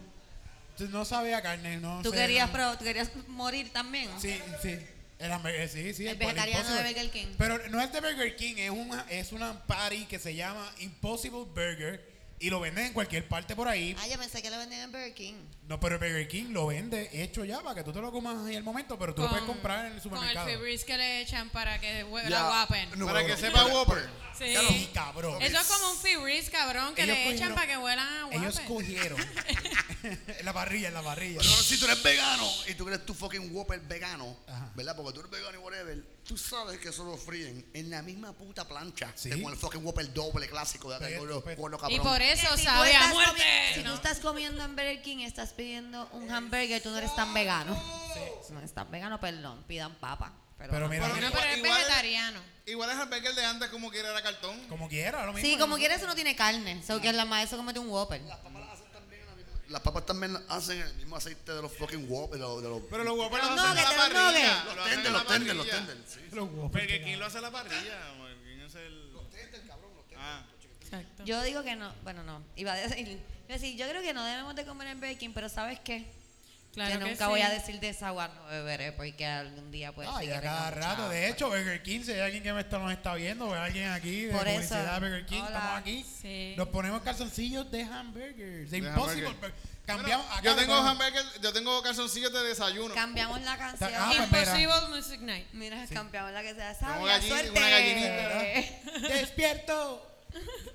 Entonces, no sabía carne, no ¿Tú sé, querías, no- pro- ¿Tú querías morir también? Sí, sí. El hamburger- eh, sí, sí, El por vegetariano de Impossible. Burger King. Pero no es de Burger King, es una, es una party que se llama Impossible Burger y lo venden en cualquier parte por ahí. Ah, yo pensé que lo vendían en Burger King. No, pero el Burger King lo vende hecho ya para que tú te lo comas ahí al momento, pero tú lo puedes comprar en el supermercado. Con el fibris que le echan para que hue- Ya, la guapen. no, Para no, que no. sepa Whopper. Sí. Ya lo- cabrón. Eso es como un fibris, cabrón, que Ellos le cogieron- echan para que huelan a guapen. Ellos cogieron. en la parrilla, en la parrilla. Pero si tú eres vegano y tú crees tu fucking Whopper vegano, Ajá. ¿verdad? Porque tú eres vegano y whatever, tú sabes que eso lo fríen en la misma puta plancha. Sí. que Con el fucking Whopper doble clásico de Pero- acá, gordo, pero- gordo y cabrón. por eso Si tú sabe a estás muerte. comi- Si tú ¿no? estás comiendo en Burger King, estás pidiendo un hamburger, tú no eres tan vegano. No eres tan vegano, perdón, pidan papa. Pero, Pero mira, Bueno, pero es Igual- vegetariano. Igual es hamburger de antes como quiera era cartón. como quiera, lo mismo. sí, como quieras, eso no tiene carne. So que la madre se comete un Whopper. e- Las papas también hacen el mismo aceite de los fucking Whopper, de los, de los, Pero los Whopper Los los hacen nuggets, a la los parrilla. nuggets. los lo hacen tenders, a la los tenders, los parrilla. tenders. sí. Los huevos, Burger porque- King lo hace a la parrilla. Burger King es el... Los tenders, cabrón, los tenders. Ah. Exacto. Yo digo que no, bueno, no. Iba a decir, iba a decir, yo creo que no debemos de comer en Burger King, pero ¿sabes qué? Claro yo que nunca sí. voy a decir de esa agua no beberé porque algún día puede Ay, ser Pues que a cada tenga mucha rato. De hambre. hecho, Burger King, si hay alguien que me está- nos está viendo, o alguien aquí de Por eso. publicidad de Burger King, Hola. estamos aquí. Sí. Nos ponemos calzoncillos de hamburgers. De De Impossible hamburger. Burger. Cambiamos. acá Yo le tengo ponemos- hamburger, yo tengo calzoncillos de desayuno. Cambiamos la canción. Ah, pues mira. Impossible Music Night. Mira, cambiamos la que sea. Como Sabia, gallina- suerte. una gallinita, ¿verdad? Despierto.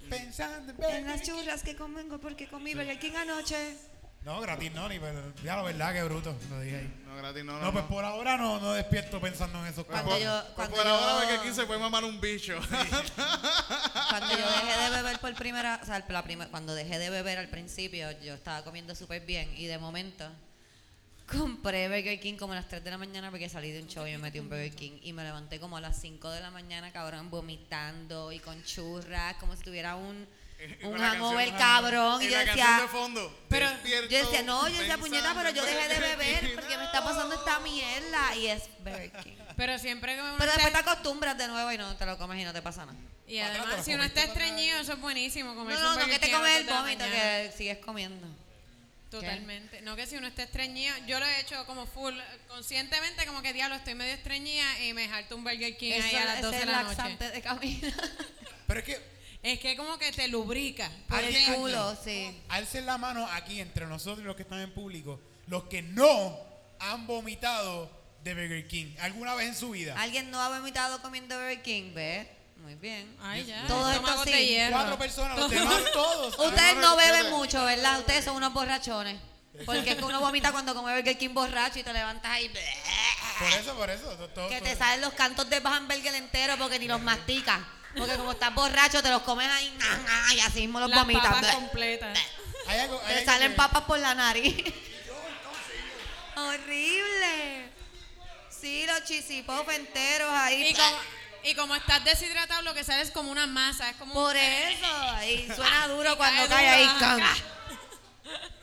Pensando en En Burger las King. churras que comen porque comí Burger King anoche. No, gratis no, ni pero ya la verdad que bruto, lo dije ahí. No, gratis, no, no. No, pues no. por ahora no, no despierto pensando en esos Cuando cabrones. yo- Pues cuando por yo- ahora Burger King se fue a mamar un bicho. Cuando yo dejé de beber por primera, o sea, la prima- cuando dejé de beber al principio, yo estaba comiendo súper bien y de momento compré Burger King como a las 3 de la mañana porque salí de un show y me metí un Burger King y me levanté como a las 5 de la mañana, cabrón, vomitando y con churras, como si tuviera un, un hangover cabrón. Y, yo la decía, canción de fondo. Pero- Despierto yo decía, no, yo decía, pensando puñeta, pero yo en dejé de Burger beber King". porque me está pasando esta mierda y es Burger King. Pero siempre que uno Pero está- después te acostumbras de nuevo y no te lo comes y no te pasa nada. Y Para atrás, además, te si lo uno está comiste para estreñido, eso es buenísimo. No, Comerse un no, no Burger que te King a las comes el dos de la vómito mañana. que sigues comiendo. Totalmente. No que si uno está estreñido, yo lo he hecho como full, eh, conscientemente, como que diablo, estoy medio estreñida y me jalto un Burger King ahí a las 12 de la noche. laxante de camino. Pero es que Es que como que te lubrica. pues, Por Alguien el aquí. culo, sí. alcen la mano aquí entre nosotros los que están en público, los que no han vomitado de Burger King alguna vez en su vida. Alguien no ha vomitado comiendo Burger King, ¿ves? Muy bien. Ay, ya. Todo esto estómago sí. de hierro. Cuatro personas, los demás todos. Ustedes no beben ustedes- mucho, ¿verdad? Ustedes son unos borrachones. Porque es que uno vomita cuando come Burger King borracho y te levantas ahí. Por eso, por eso. to- to- Que to- te salen los cantos de hamburger entero porque ni los masticas. Porque como estás borracho, te los comes ahí y así mismo los Las papas vomitas. completas. Hay algo- hay Te algo salen que- papas por la nariz. Horrible. Sí, los chisipop enteros ahí. Y como, y como estás deshidratado, lo que sale es como una masa. Es como un- Por eso. Y suena duro Y cuando cae cae duro, ahí. ajá. can.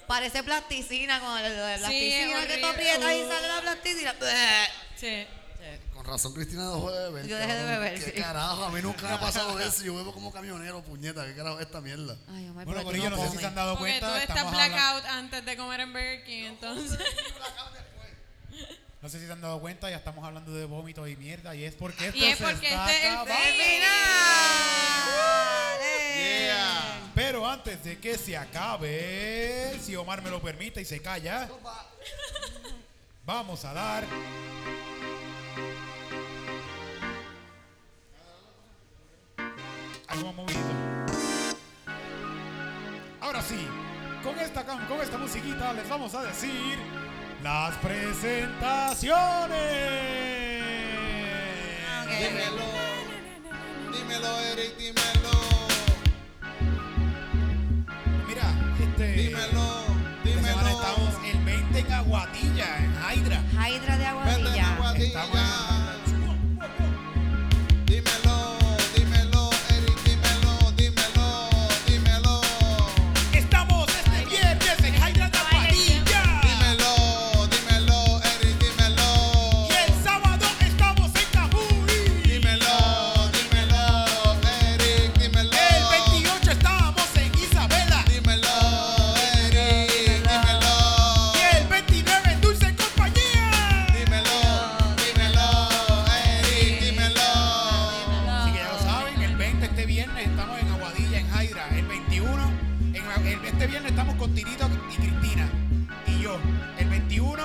Parece plasticina, como lo de es plasticina que horrible. tú aprietas y sale la plasticina. Sí. Con razón, Cristina dejó de beber. Yo dejé de cabrón. beber, ¿Qué sí. carajo? A mí nunca me ha pasado eso. Yo bebo como camionero, puñeta. ¿Qué carajo es esta mierda? Ay, Omar, Bueno, pero tú Corillo, no no sé si comes. se han dado Porque tú cuenta. estás estamos hablando- blackout antes de comer en Burger King, entonces. No sé si se han dado cuenta, ya estamos hablando de vómitos y mierda. Y es porque esto Y es se porque está este es el acabando. ¡Final! ¡Eh! Yeah. Pero antes de que se acabe, si Omar me lo permite y se calla, vamos a dar. Algo más movidito. Ahora sí, con esta, can- con esta musiquita les vamos a decir las presentaciones. Ok. Dímelo. Dímelo, Eric, dímelo. Mira, este, Eh. Dímelo. Pues esta semana Dímelo. estamos el 20 en Aguadilla, en Hydra. Hydra de Vete en aguadilla. Aguadilla. Estamos en- Dímelo, dímelo, Eric, dímelo, dímelo, dímelo. Estamos este viernes en Hydra Tapadilla. Dímelo, dímelo, Eric, dímelo. Y el sábado Ah, este este viernes estamos con Tirito y Cristina. Y yo. El 21,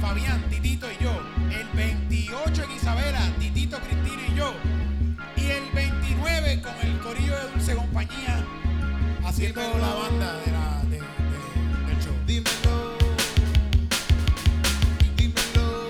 Fabián, Titito y yo. El 28 en Isabela, Titito, Cristina y yo. Y el 29 con el Corillo de Dulce Compañía haciendo la banda de la, de- de- del show. Dímelo, dímelo,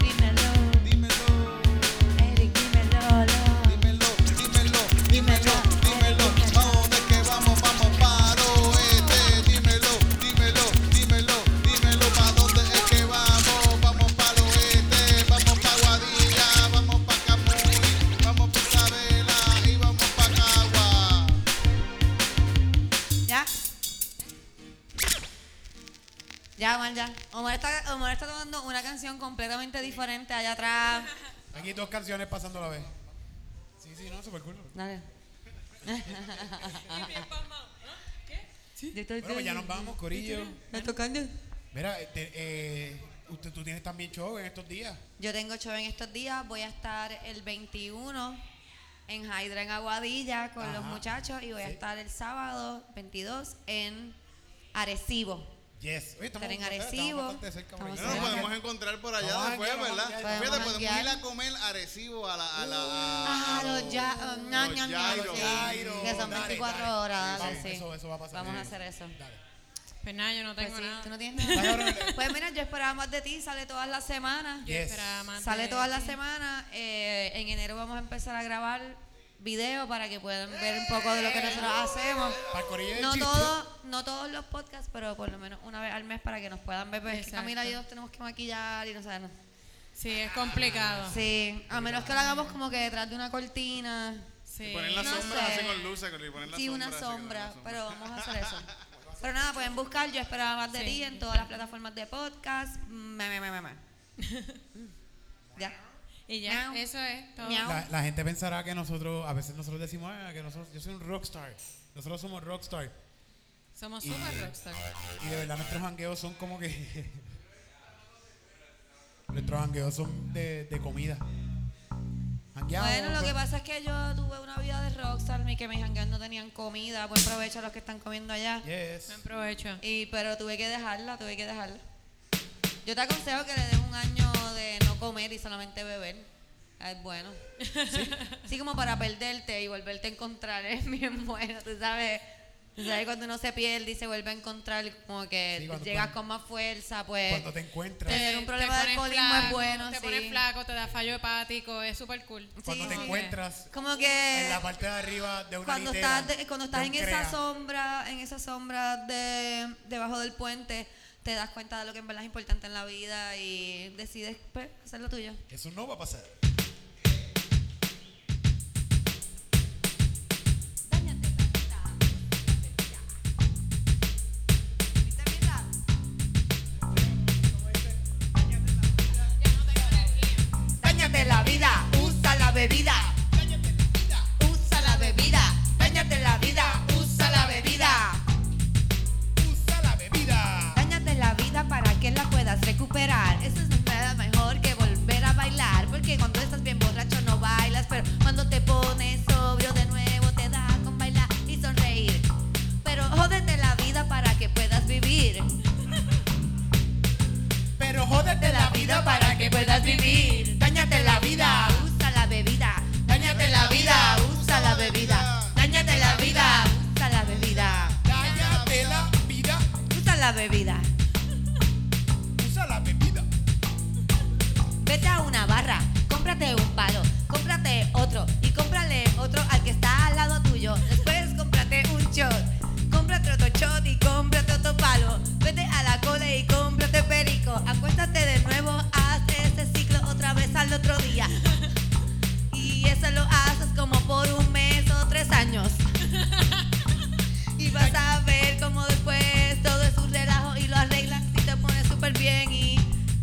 Dímelo, dímelo, Eric, dímelo, lo. dímelo, dímelo, dímelo, dímelo. Vamos de que vamos, vamos paro este. Dímelo, dímelo, dímelo, dímelo. ¿Pa dónde es que vamos? Vamos para oeste, vamos pa Guadilla, vamos pa Camuy, vamos pa Isabela y vamos pa Cagua. ¿Ya? Ya, Omar, ya. Omar está, Omar está tomando una canción completamente diferente allá atrás. Aquí dos canciones pasando a la vez. Sí, sí, no, super cool. Dale. Yo estoy- Bueno, pues ya nos vamos, Corillo. ¿Me tocan ya? Mira, este, eh, usted, tú tienes también show en estos días. Yo tengo show en estos días. Voy a estar el 21 en Hydra en Aguadilla con los Ajá. muchachos y voy a Sí. estar el sábado 22 en Arecibo. Yes. Oye, estamos, Estar en bastante- Arecibo. estamos bastante cerca por Estamos No, nos acá. cerca. podemos encontrar por allá Vamos a después, janguear, ¿verdad? vamos a janguear. Fíjate, Podemos podemos ir janguear. a comer Arecibo a la... A la Ah, a los ya, oh, ña, los ña, ña, Jairo. sí. Jairo, Que son dale, 24 dale. horas, Sí, dale, vamos, sí. eso- eso va a pasar. Vamos a Sí. hacer eso. Dale. Pues nada, yo no Pues tengo sí, nada. tú no tienes nada. ¿eh? Pues mira, yo esperaba más de ti, sale todas las semanas. Yo Yes. esperaba más Sale de- todas las sí. semanas. eh, en enero vamos a empezar a grabar video para que puedan ver un poco de lo que nosotros hacemos. Para el corillo de No chiste. todos, no todos los podcasts, pero por lo menos una vez al mes para que nos puedan ver. Porque es que Exacto. Camila y yo tenemos que maquillar y no sabemos. Sí, es complicado. Sí, a menos que lo hagamos como que detrás de una cortina. Sí. Y poner las No sombras sé. así con luces. con- y poner las Sí, una sombras así con sombra, las sombras. pero vamos a hacer eso. Pero nada, pueden buscar Yo Esperaba Más de Sí. Ti en todas las plataformas de podcast. Me, me, me, me, me. Ya. Y ya, Miau. eso es todo. Miau. La, la gente pensará que nosotros, a veces nosotros decimos, ah, que nosotros, yo soy un rockstar. Nosotros somos rockstar. Somos Y- super rockstar. Y de verdad nuestros jangueos son como que... nuestros jangueos son de, de comida. Jangueamos, Bueno, lo pero- que pasa es que yo tuve una vida de rockstar y que mis hangueos no tenían comida. Buen provecho a los que están comiendo allá. Yes. Buen provecho. Y, pero tuve que dejarla, tuve que dejarla. Yo te aconsejo que le des un año de no comer y solamente beber. Ah, Es bueno. Así como para perderte y volverte a encontrar, es bien bueno, tú sabes. Tú sabes cuando uno se pierde y se vuelve a encontrar, como que Sí, cuando- llegas cuando- con más fuerza, pues. Cuando te encuentras. Tener un problema de pones alcoholismo es bueno, Te sí. pones flaco, te da fallo hepático, es super cool. Cuando sí, te sí. encuentras Como que. en la parte de arriba de una Eh, cuando litera estás de- cuando estás de en un esa crea. sombra en esa sombra de debajo del puente te das cuenta de lo que en verdad es importante en la vida y decides pues, hacer lo tuyo Eso no va a pasar. Dáñate, la vida, usa la bebida. Usa la bebida, Dáñate la vida, usa la bebida. Usa la bebida. Dañate la vida para que la puedas recuperar. Eso es nada mejor que volver a bailar. Porque cuando estás bien borracho no bailas. Pero cuando te pones sobrio de nuevo te da con bailar y sonreír. Pero jódete la vida para que puedas vivir. Pero jódete Dáñate la vida para que puedas vivir. Dañate la vida, usa la bebida. Dañate la vida, usa la bebida. Dañate la vida, usa la bebida. Dáñate la vida. Usa la bebida. Usa la bebida. Vete a una barra, cómprate un palo, cómprate otro y cómprale otro al que está al lado tuyo. Después cómprate un shot, cómprate otro shot y cómprate otro palo. Vete a la cola y cómprate perico. Acuéstate de nuevo, haz ese ciclo otra vez al otro día. Y eso lo haces como por un mes o tres años. Y vas a ver cómo después todo es un relajo y lo arreglas y te pones súper bien y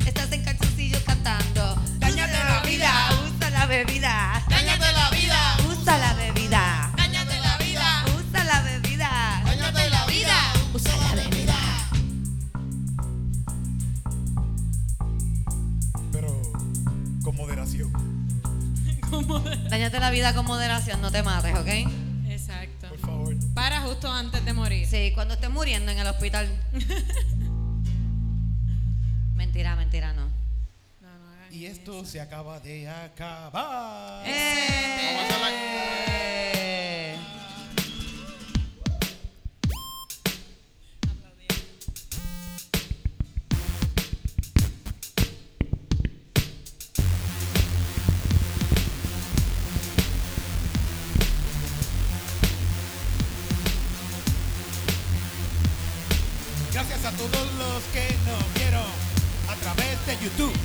estás en calzoncillos cantando. Dáñate Usa la vida. usa la bebida. Dáñate la vida, Usa la bebida. dáñate la vida, Usa la bebida. dáñate la vida. Usa la bebida. Pero con moderación. Dañate la vida con moderación, no te mates, ¿ok? Exacto. Por favor. Para justo antes de morir. Sí, cuando esté muriendo en el hospital. mentira, mentira, no. No, no hagan Y eso. esto se acaba de acabar. Vamos a hacerla. Eh. Gracias a todos los que nos vieron a través de YouTube.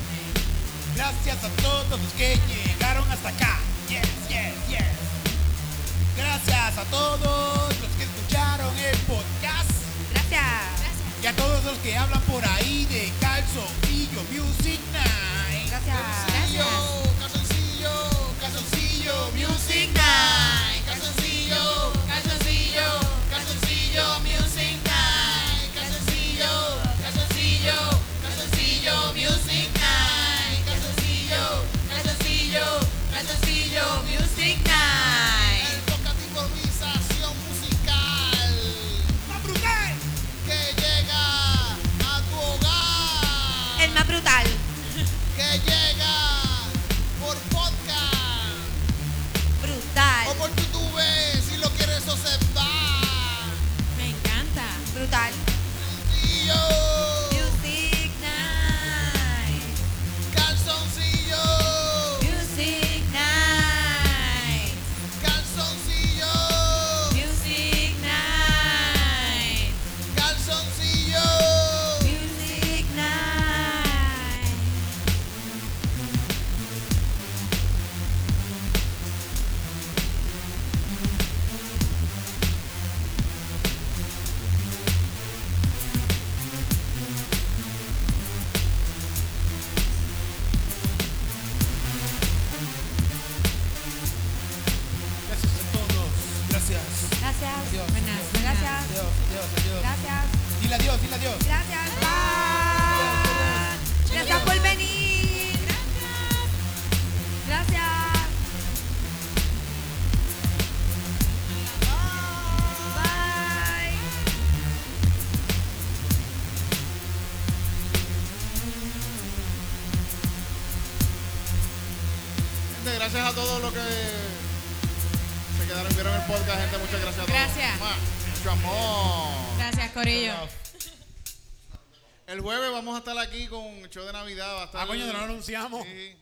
Gracias a todos los que llegaron hasta acá. Yes, yes, yes. Gracias a todos los que escucharon el podcast Gracias. y a todos los que hablan por ahí de Calzoncillo Music Night. Gracias. Calzoncillo, calzoncillo, calzoncillo Music Night. Calzoncillo, calzoncillo, calzoncillo Music Night. Calzoncillo, calzoncillo, calzoncillo Music Night. Calzoncillo, calzoncillo, calzoncillo Music Night. El podcast de improvisación musical ¡Más brutal! que llega a tu hogar. El más brutal. que llega por podcast Brutal. o por YouTube si lo quieres observar. Me encanta. Brutal. Calzoncillo, Music Night. calzoncillo, Music Night. calzoncillo, Music Night. calzoncillo. Music Night. Gracias a todos. Gracias. Gracias. Dios, Buenas, Gracias. Dios, Dios, Dios. Gracias. Dile adiós, dile adiós. Gracias. Bye. Gracias por venir. Gracias. Bye. Gente, gracias a todos los que se quedaron y vieron el podcast, gente. Muchas gracias a todos. Gracias. Mua, Mucho amor. Gracias, Corillo. El jueves vamos a estar aquí con un show de Navidad. Va a estar Ah, coño, no lo anunciamos. Sí.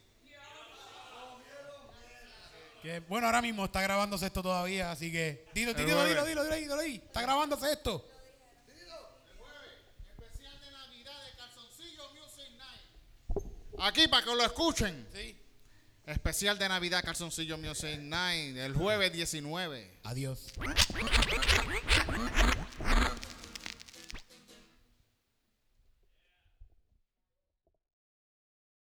Que, bueno, ahora mismo está grabándose esto todavía, así que. Dilo, dilo, dilo, jueves. dilo, dilo, dilo, ahí, dilo ahí. Está grabándose esto. Especial de Navidad de Calzoncillo Music Night. Aquí para que lo escuchen. Sí. Especial de Navidad Calzoncillo Music Night el jueves 19. Adiós.